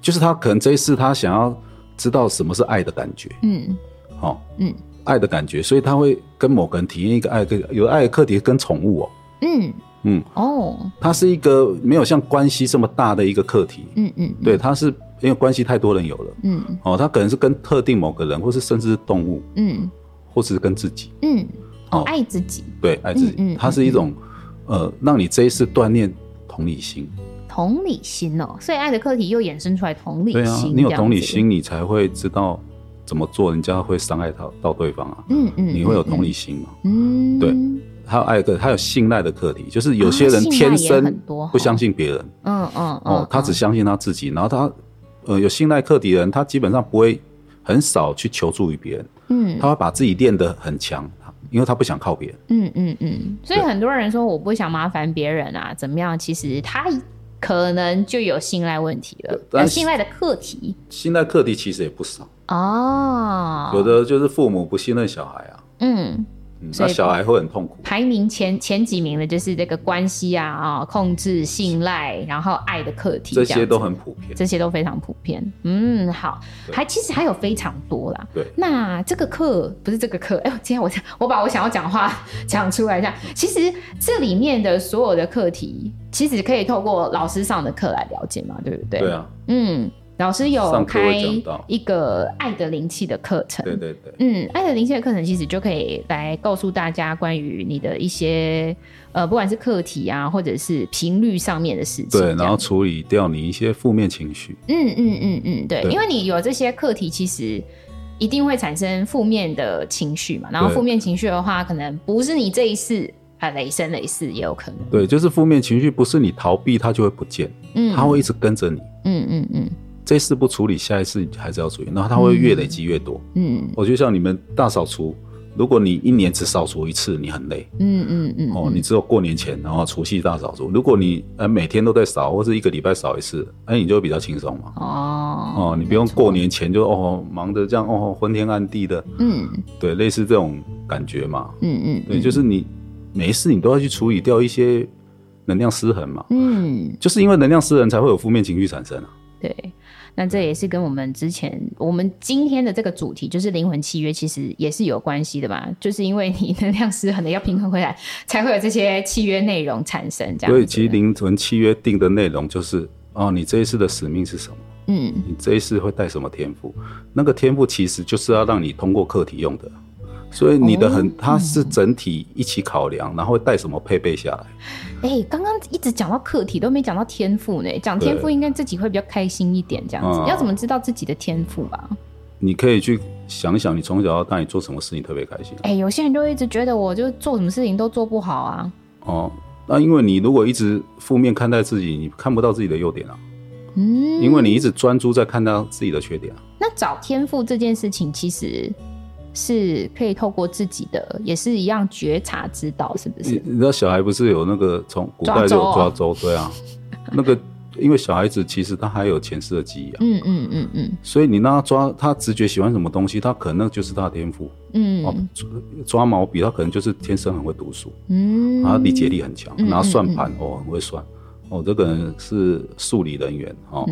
[SPEAKER 2] 就是他可能这一次他想要知道什么是爱的感觉，
[SPEAKER 1] 嗯
[SPEAKER 2] 哦，
[SPEAKER 1] 嗯，
[SPEAKER 2] 爱的感觉，所以他会跟某个人体验一个爱的有爱的课题跟宠物哦，
[SPEAKER 1] 嗯，
[SPEAKER 2] 嗯，
[SPEAKER 1] 哦，
[SPEAKER 2] 它是一个没有像关系这么大的一个课题，
[SPEAKER 1] 嗯嗯，嗯，
[SPEAKER 2] 对，它是因为关系太多人有了，
[SPEAKER 1] 嗯
[SPEAKER 2] 哦，他可能是跟特定某个人，或是甚至是动物，
[SPEAKER 1] 嗯
[SPEAKER 2] 或是跟自己，
[SPEAKER 1] 嗯，哦
[SPEAKER 2] 哦，
[SPEAKER 1] 爱自己，
[SPEAKER 2] 对，爱自己，
[SPEAKER 1] 嗯嗯嗯
[SPEAKER 2] 它是一种呃，让你这一次锻炼同理心。
[SPEAKER 1] 同理心哦，所以爱的课题又衍生出来同理
[SPEAKER 2] 对啊，
[SPEAKER 1] 心，
[SPEAKER 2] 你有同理，心，你才会知道怎么做人家会伤害到到对方啊。
[SPEAKER 1] 嗯嗯，
[SPEAKER 2] 你会有同
[SPEAKER 1] 理，
[SPEAKER 2] 理心嘛？
[SPEAKER 1] 嗯，
[SPEAKER 2] 对还有爱个，还有信赖的课题，就是有些
[SPEAKER 1] 啊
[SPEAKER 2] 人
[SPEAKER 1] 信赖
[SPEAKER 2] 天
[SPEAKER 1] 也很
[SPEAKER 2] 生
[SPEAKER 1] 多哦
[SPEAKER 2] 不相信别人
[SPEAKER 1] 嗯嗯
[SPEAKER 2] 哦，他只相信他自己，然后他呃有信赖课题的人，他基本上不会很少去求助于别人，
[SPEAKER 1] 嗯
[SPEAKER 2] 他会把自己练得很强，因为他不想靠别人。
[SPEAKER 1] 嗯嗯嗯，所以很多人说我不想麻烦别人啊，怎么样？其实他可能就有信赖问题了，
[SPEAKER 2] 但
[SPEAKER 1] 有
[SPEAKER 2] 是
[SPEAKER 1] 信赖的课题
[SPEAKER 2] 信赖课题其实也不少，
[SPEAKER 1] 哦，
[SPEAKER 2] 有，的就是父母不信任小孩啊，
[SPEAKER 1] 嗯。
[SPEAKER 2] 嗯
[SPEAKER 1] 所
[SPEAKER 2] 那
[SPEAKER 1] 以
[SPEAKER 2] 小孩会很痛苦。
[SPEAKER 1] 排名前前几名的就是这个关系啊啊、控制、信赖，然后爱的课题
[SPEAKER 2] 这
[SPEAKER 1] 样子
[SPEAKER 2] 些都很普遍，
[SPEAKER 1] 这些都非常普遍。嗯，好，
[SPEAKER 2] 对
[SPEAKER 1] 还其实还有非常多啦。
[SPEAKER 2] 对
[SPEAKER 1] 那这个课不是这个课，哎呦，今天我 我把我想要讲的话讲出来一下。其实这里面的所有的课题，其实可以透过老师上的课来了解嘛，对不对？
[SPEAKER 2] 对，啊，
[SPEAKER 1] 嗯，老师有
[SPEAKER 2] 上课
[SPEAKER 1] 开
[SPEAKER 2] 会讲到
[SPEAKER 1] 一个爱的灵气的课程，
[SPEAKER 2] 对对对。
[SPEAKER 1] 嗯，爱的灵性的课程其实就可以来告诉大家关于你的一些呃，不管是课题啊，或者是频率上面的事情。
[SPEAKER 2] 对，
[SPEAKER 1] 这
[SPEAKER 2] 然
[SPEAKER 1] 样
[SPEAKER 2] 后处理掉你一些负面情绪。
[SPEAKER 1] 嗯嗯嗯嗯，对，
[SPEAKER 2] 对
[SPEAKER 1] 因为你有这些课题，其实一定会产生负面的情绪嘛。然后
[SPEAKER 2] 对
[SPEAKER 1] 负面情绪的话，可能不是你这一世啊，累生累世也有可能。
[SPEAKER 2] 对，就是负面情绪不是你逃避它就会不见，
[SPEAKER 1] 嗯，
[SPEAKER 2] 它会一直跟着你。
[SPEAKER 1] 嗯嗯嗯
[SPEAKER 2] 这次不处理，下一次你还是要处理，然后它会越累积越多。
[SPEAKER 1] 嗯
[SPEAKER 2] 我就像你们大扫除，如果你一年只扫除一次，你很累
[SPEAKER 1] 嗯嗯嗯，
[SPEAKER 2] 哦。你只有过年前，然后除夕大扫除。如果你呃每天都在扫，或是一个礼拜扫一次，哎，你就会比较轻松嘛。
[SPEAKER 1] 哦，
[SPEAKER 2] 哦，你不用过年前就哦忙得这样哦昏天暗地的，
[SPEAKER 1] 嗯
[SPEAKER 2] 对，类似这种感觉嘛。
[SPEAKER 1] 嗯嗯，
[SPEAKER 2] 对，就是你每一次你都要去处理掉一些能量失衡嘛，
[SPEAKER 1] 嗯，
[SPEAKER 2] 就是因为能量失衡才会有负面情绪产生啊。
[SPEAKER 1] 对。那这也是跟我们之前我们今天的这个主题就是灵魂契约，其实也是有关系的吧？就是因为你能量失衡的要平衡回来，才会有这些契约内容产生。这样子，
[SPEAKER 2] 所以其实灵魂契约定的内容就是哦，你这一次的使命是什么？
[SPEAKER 1] 嗯
[SPEAKER 2] 你这一次会带什么天赋？那个天赋其实就是要让你通过课题用的。所以你的
[SPEAKER 1] 哦
[SPEAKER 2] 很，它是整体一起考量，然后会带什么配备下来？
[SPEAKER 1] 哎、刚刚一直讲到课题，都没讲到天赋呢。讲天赋，应该自己会比较开心一点，这样子。
[SPEAKER 2] 嗯
[SPEAKER 1] 要怎么知道自己的天赋啊吧？
[SPEAKER 2] 你可以去想想，你从小到大你做什么事情特别开心
[SPEAKER 1] 哎、有些人就会一直觉得我就做什么事情都做不好啊。
[SPEAKER 2] 哦。那因为你如果一直负面看待自己，你看不到自己的优点啊，
[SPEAKER 1] 嗯，
[SPEAKER 2] 因为你一直专注在看到自己的缺点啊。
[SPEAKER 1] 那找天赋这件事情，其实是可以透过自己的，也是一样觉察之道，是不
[SPEAKER 2] 你
[SPEAKER 1] 是？
[SPEAKER 2] 你知道小孩不是有那个从古代就有抓
[SPEAKER 1] 抓
[SPEAKER 2] 周，对 啊，那个因为小孩子其实他还有前世的记忆啊，
[SPEAKER 1] 嗯嗯嗯嗯
[SPEAKER 2] 所以你让他抓他直觉喜欢什么东西，他可能那就是他的天赋。哦
[SPEAKER 1] 嗯，
[SPEAKER 2] 抓抓毛笔他可能就是天生很会读书，
[SPEAKER 1] 嗯，
[SPEAKER 2] 他哦啊理解力很强，
[SPEAKER 1] 嗯
[SPEAKER 2] 然后算盘哦很会算，哦这个人是数理人员哦，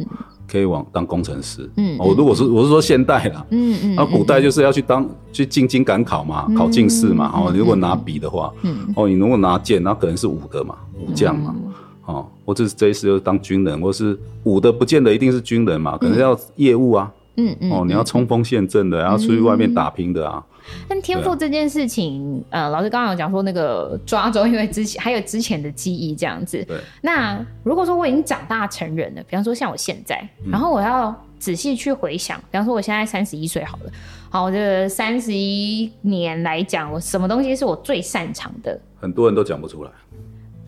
[SPEAKER 2] 可以往当工程师。
[SPEAKER 1] 嗯
[SPEAKER 2] 哦，如果是我是说现代啦，
[SPEAKER 1] 嗯嗯，嗯
[SPEAKER 2] 啊那古代就是要去当去进京赶考嘛，考进士嘛。哦，你如果拿笔的话，哦，你如果拿剑，那可能是武的嘛，武将嘛。
[SPEAKER 1] 嗯
[SPEAKER 2] 哦，或者是这一次就是当军人，或是武的不见得一定是军人嘛，可能要业务啊。
[SPEAKER 1] 嗯嗯，
[SPEAKER 2] 哦，你要冲锋陷阵的，要出去外面打拼的啊。
[SPEAKER 1] 但天赋这件事情，呃，老师刚刚有讲说那个抓周，因为之前还有之前的记忆这样子。
[SPEAKER 2] 对，
[SPEAKER 1] 那如果说我已经长大成人了，比方说像我现在，
[SPEAKER 2] 嗯
[SPEAKER 1] 然后我要仔细去回想，比方说我现在三十一岁好了，好，我这三十一年来讲，我什么东西是我最擅长的？
[SPEAKER 2] 很多人都讲不出来。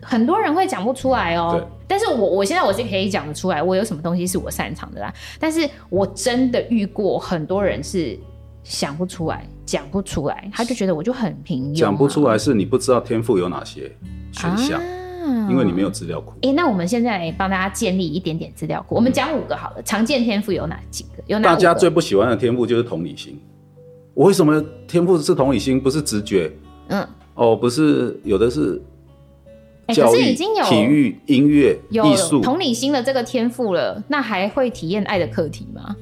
[SPEAKER 1] 很多人会讲不出来哦
[SPEAKER 2] 对，
[SPEAKER 1] 但是我我现在我是可以讲得出来，我有什么东西是我擅长的啦。但是我真的遇过很多人是想不出来，讲不出来，他就觉得我就很平庸、啊
[SPEAKER 2] 讲不出来是你不知道天赋有哪些选项，
[SPEAKER 1] 啊
[SPEAKER 2] 因为你没有。资料库。
[SPEAKER 1] 哎、那我们现在帮大家建立一点点资料库，我们讲五个好了。常见天赋有哪几个？有哪
[SPEAKER 2] 大
[SPEAKER 1] 五
[SPEAKER 2] 家
[SPEAKER 1] 个？
[SPEAKER 2] 最不喜欢的天赋就是同理心。我为什么天赋是同理心，不是直觉？
[SPEAKER 1] 嗯，
[SPEAKER 2] 哦，不是，有的是
[SPEAKER 1] 哎、
[SPEAKER 2] 教
[SPEAKER 1] 可
[SPEAKER 2] 育、
[SPEAKER 1] 是已经有
[SPEAKER 2] 体育、音乐、艺
[SPEAKER 1] 有
[SPEAKER 2] 术，
[SPEAKER 1] 同理心的这个天赋了，那还会体验爱的课题吗？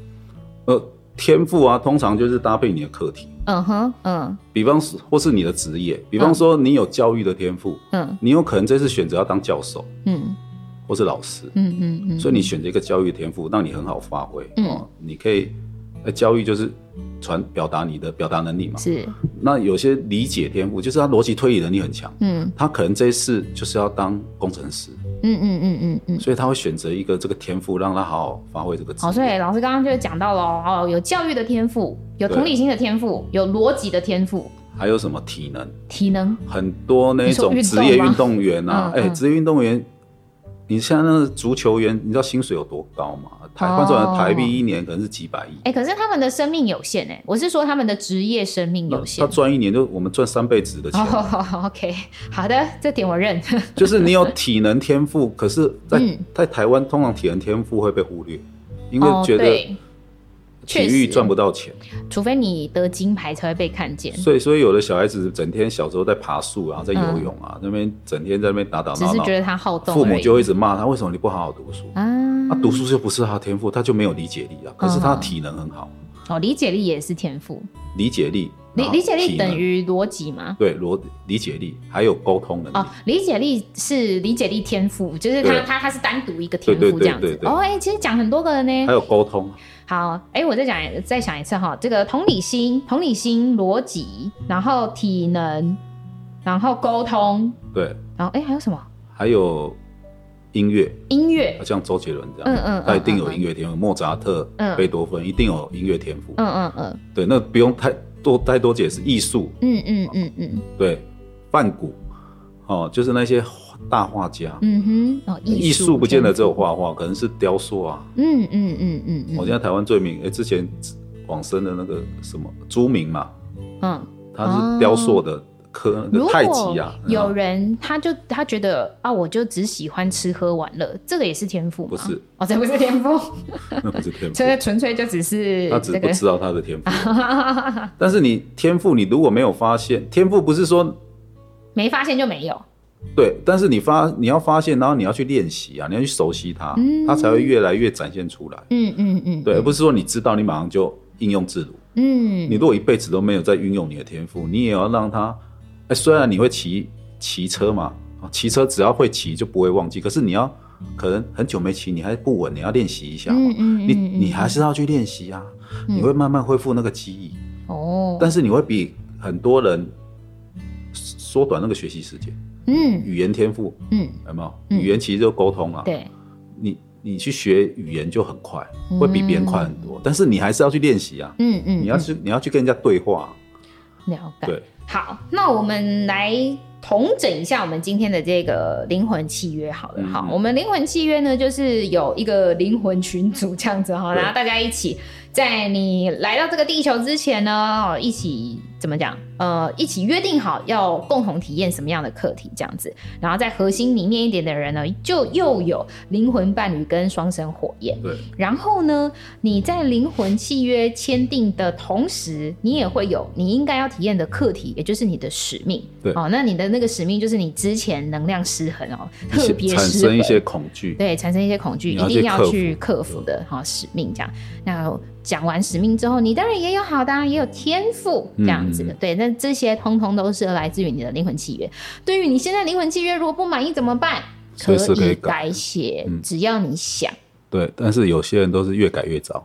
[SPEAKER 2] 呃，天赋啊，通常就是搭配你的课题，
[SPEAKER 1] 嗯哼，嗯
[SPEAKER 2] 比方说或是你的职业，比方说你有教育的天赋，
[SPEAKER 1] 嗯
[SPEAKER 2] 你有可能这次选择要当教授
[SPEAKER 1] 嗯
[SPEAKER 2] 或是老师，
[SPEAKER 1] 嗯嗯嗯，
[SPEAKER 2] 所以你选择一个教育的天赋，让你很好发挥。
[SPEAKER 1] 嗯
[SPEAKER 2] 哦，你可以，呃，教育就是传表达你的表达能力嘛。
[SPEAKER 1] 是
[SPEAKER 2] 那有些理解天赋，就是他逻辑推理能力很强，
[SPEAKER 1] 嗯
[SPEAKER 2] 他可能这一次就是要当工程师，
[SPEAKER 1] 嗯嗯嗯嗯嗯。
[SPEAKER 2] 所以他会选择一个这个天赋，让他好好发挥这个职业。
[SPEAKER 1] 好，所以老师刚刚就讲到了哦，哦有教育的天赋，有
[SPEAKER 2] 对
[SPEAKER 1] 同理心的天赋，有逻辑的天赋，
[SPEAKER 2] 还有什么体能？
[SPEAKER 1] 体能，
[SPEAKER 2] 很多那种
[SPEAKER 1] 你
[SPEAKER 2] 职
[SPEAKER 1] 说运
[SPEAKER 2] 业
[SPEAKER 1] 动吗
[SPEAKER 2] 运动员啊，
[SPEAKER 1] 嗯
[SPEAKER 2] 哎、
[SPEAKER 1] 嗯
[SPEAKER 2] 职业运动员，你像那个足球员，你知道薪水有多高吗？台换算成台币一年可能是几百亿，
[SPEAKER 1] 哎、可是他们的生命有限哎、我是说他们的职业生命
[SPEAKER 2] 那
[SPEAKER 1] 有限
[SPEAKER 2] 他。赚一年就我们赚三倍值的钱。
[SPEAKER 1] 哦、o k 好的，这点我认。
[SPEAKER 2] 就是你有体能天赋，可是在，在、
[SPEAKER 1] 嗯
[SPEAKER 2] 台湾通常体能天赋会被忽略，因为
[SPEAKER 1] 哦，
[SPEAKER 2] 觉得
[SPEAKER 1] 对，
[SPEAKER 2] 体
[SPEAKER 1] 确
[SPEAKER 2] 育
[SPEAKER 1] 实嗯
[SPEAKER 2] 赚不到钱，
[SPEAKER 1] 除非你得金牌才会被看见，
[SPEAKER 2] 所以所以有的小孩子整天小时候在爬树啊，在游泳啊，那边整天啊在那边打打
[SPEAKER 1] 嗯只
[SPEAKER 2] 闹
[SPEAKER 1] 是
[SPEAKER 2] 闹，
[SPEAKER 1] 觉得他好动而已。
[SPEAKER 2] 父母就会一直骂他，为什么你不好好读书？
[SPEAKER 1] 啊，
[SPEAKER 2] 他、读书就不是他的天赋，他就没有理解力啊。可是
[SPEAKER 1] 嗯
[SPEAKER 2] 他体能很好，
[SPEAKER 1] 哦，理解力也是天赋，
[SPEAKER 2] 理解力，然
[SPEAKER 1] 理
[SPEAKER 2] 后
[SPEAKER 1] 理解力
[SPEAKER 2] 体能
[SPEAKER 1] 等于逻辑吗？
[SPEAKER 2] 对逻理解力，还有沟通能力。
[SPEAKER 1] 哦，理解力是理解力天赋，就是
[SPEAKER 2] 对
[SPEAKER 1] 他他他是单独一个天
[SPEAKER 2] 对对
[SPEAKER 1] 赋
[SPEAKER 2] 对
[SPEAKER 1] 这样子
[SPEAKER 2] 对。对
[SPEAKER 1] 哦，哎、其实讲很多个了呢
[SPEAKER 2] 还。有沟通，啊
[SPEAKER 1] 好，哎、我再讲再想一次哈，这个同理心、同理心、逻辑，然后体能，然后沟通，
[SPEAKER 2] 对，
[SPEAKER 1] 然后哎、还有什么
[SPEAKER 2] 还有音乐，
[SPEAKER 1] 音乐？
[SPEAKER 2] 像周杰伦这样，
[SPEAKER 1] 嗯嗯嗯
[SPEAKER 2] 他一定有音乐天赋，莫扎特、
[SPEAKER 1] 嗯
[SPEAKER 2] 贝多芬一定有音乐天赋。
[SPEAKER 1] 嗯嗯嗯
[SPEAKER 2] 对，那不用太多太多解释，艺术
[SPEAKER 1] 嗯嗯嗯嗯
[SPEAKER 2] 对，梵谷哦，就是那些画大画家，
[SPEAKER 1] 嗯哼，哦，
[SPEAKER 2] 艺
[SPEAKER 1] 术
[SPEAKER 2] 术不见得只有
[SPEAKER 1] 天赋。
[SPEAKER 2] 画画，可能是雕塑啊。
[SPEAKER 1] 嗯嗯嗯
[SPEAKER 2] 哦
[SPEAKER 1] 嗯嗯，
[SPEAKER 2] 呃我、现在台湾最名，哎、之前往生的那个什么朱明嘛，
[SPEAKER 1] 嗯
[SPEAKER 2] 它是雕塑的科、
[SPEAKER 1] 如
[SPEAKER 2] 的太极啊
[SPEAKER 1] 果，有人他就他觉得啊，我就只喜欢吃喝玩乐，这个也是天赋吗？
[SPEAKER 2] 不 是，
[SPEAKER 1] 哦，这不是天赋，
[SPEAKER 2] 那不是天赋，
[SPEAKER 1] 这纯粹就只是
[SPEAKER 2] 他只
[SPEAKER 1] 这
[SPEAKER 2] 是不
[SPEAKER 1] 个
[SPEAKER 2] 知道他的 天赋。但是你天赋，你如果没有发现，天赋不是说
[SPEAKER 1] 没发现就没有。
[SPEAKER 2] 对，但是你发你要发现，然后你要去练习啊，你要去熟悉它，它才会越来越展现出来。
[SPEAKER 1] 嗯嗯嗯，
[SPEAKER 2] 对，而不是说你知道你马上就应用自如。
[SPEAKER 1] 嗯，
[SPEAKER 2] 你如果啊一辈子都没有在运用你的天赋，你也要让它。哎、虽然你会骑骑车嘛，啊骑车只要会骑就不会忘记，可是你要可能很久没骑，你还不稳，你要练习一下嘛。
[SPEAKER 1] 嗯嗯嗯
[SPEAKER 2] 你
[SPEAKER 1] 嗯
[SPEAKER 2] 你还是要去练习啊，你会慢慢恢复那个记忆。
[SPEAKER 1] 哦，
[SPEAKER 2] 但是你会比很多人缩短那个学习时间。
[SPEAKER 1] 嗯
[SPEAKER 2] 语言天赋
[SPEAKER 1] 嗯，
[SPEAKER 2] 有没有？
[SPEAKER 1] 嗯
[SPEAKER 2] 语言其实就沟通啊，
[SPEAKER 1] 对，
[SPEAKER 2] 你你去学语言就很快，会比别人快很多。但是你还是要去练习啊，
[SPEAKER 1] 嗯嗯，
[SPEAKER 2] 你要去你要去跟人家对话啊、
[SPEAKER 1] 了解。
[SPEAKER 2] 对，
[SPEAKER 1] 好，那我们来统整一下我们今天的这个灵魂契约，好了，
[SPEAKER 2] 嗯
[SPEAKER 1] 好，
[SPEAKER 2] 嗯
[SPEAKER 1] 我们灵魂契约呢，就是有一个灵魂群组这样子哈，
[SPEAKER 2] 对
[SPEAKER 1] 然后大家一起在你来到这个地球之前呢，哦一起怎么讲？呃，一起约定好要共同体验什么样的课题，这样子，然后在核心里面一点的人呢，就又有灵魂伴侣跟双生火焰。
[SPEAKER 2] 对，
[SPEAKER 1] 然后呢，你在灵魂契约签订的同时，你也会有你应该要体验的课题，也就是你的使命。
[SPEAKER 2] 对
[SPEAKER 1] 哦，那你的那个使命就是你之前能量失衡哦，
[SPEAKER 2] 一
[SPEAKER 1] 特
[SPEAKER 2] 些
[SPEAKER 1] 别
[SPEAKER 2] 产
[SPEAKER 1] 失
[SPEAKER 2] 生
[SPEAKER 1] 衡
[SPEAKER 2] 一。些恐惧，
[SPEAKER 1] 对，产生一些恐惧，
[SPEAKER 2] 你
[SPEAKER 1] 一定要
[SPEAKER 2] 要去克服
[SPEAKER 1] 去克服的哈、使命这样。那讲完使命之后，你当然也有好的、啊，也有天赋这样子的。
[SPEAKER 2] 嗯嗯
[SPEAKER 1] 对，那这些通通都是来自于你的灵魂契约。对于你现在灵魂契约，如果不满意怎么办？
[SPEAKER 2] 随时可以
[SPEAKER 1] 以
[SPEAKER 2] 改
[SPEAKER 1] 改写，
[SPEAKER 2] 嗯
[SPEAKER 1] 只要你想。
[SPEAKER 2] 对。但是有些人都是越改越糟，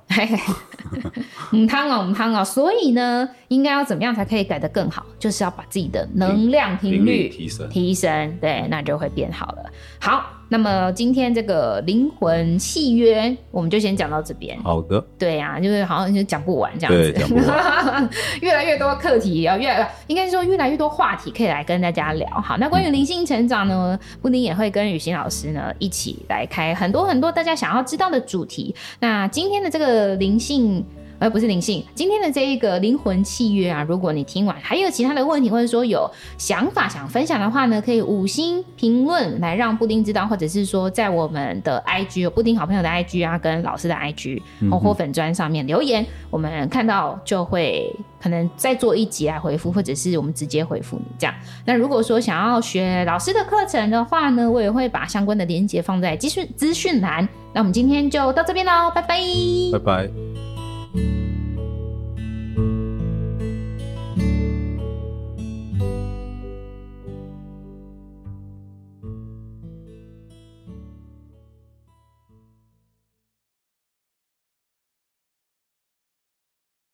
[SPEAKER 1] 母汤哦，母汤哦，所以呢，应该要怎么样才可以改得更好？就是要把自己的能量 频
[SPEAKER 2] 频率
[SPEAKER 1] 率
[SPEAKER 2] 提升。
[SPEAKER 1] 提升，对，那就会变好了。好，那么今天这个灵魂契约，我们就先讲到这边。
[SPEAKER 2] 好的，
[SPEAKER 1] 对啊，就是好像就讲不完这样子，
[SPEAKER 2] 对讲不
[SPEAKER 1] 越来越多课题啊，越来应该说越来越多话题可以来跟大家聊。好，那关于灵性成长呢，布丁也会跟雨欣老师呢一起来开很多很多大家想要知道的主题。那今天的这个灵性。呃，不是灵性，今天的这一个灵魂契约啊，如果你听完还有其他的问题，或者说有想法想分享的话呢，可以五星评论来让布丁知道，或者是说在我们的 IG 有布丁好朋友的 IG 啊，跟老师的 IG
[SPEAKER 2] 嗯
[SPEAKER 1] 或
[SPEAKER 2] 哼
[SPEAKER 1] 或粉砖上面留言，我们看到就会可能再做一集来回复，或者是我们直接回复你这样。那如果说想要学老师的课程的话呢，我也会把相关的链接放在资讯资讯栏。那我们今天就到这边喽，拜拜
[SPEAKER 2] 拜拜。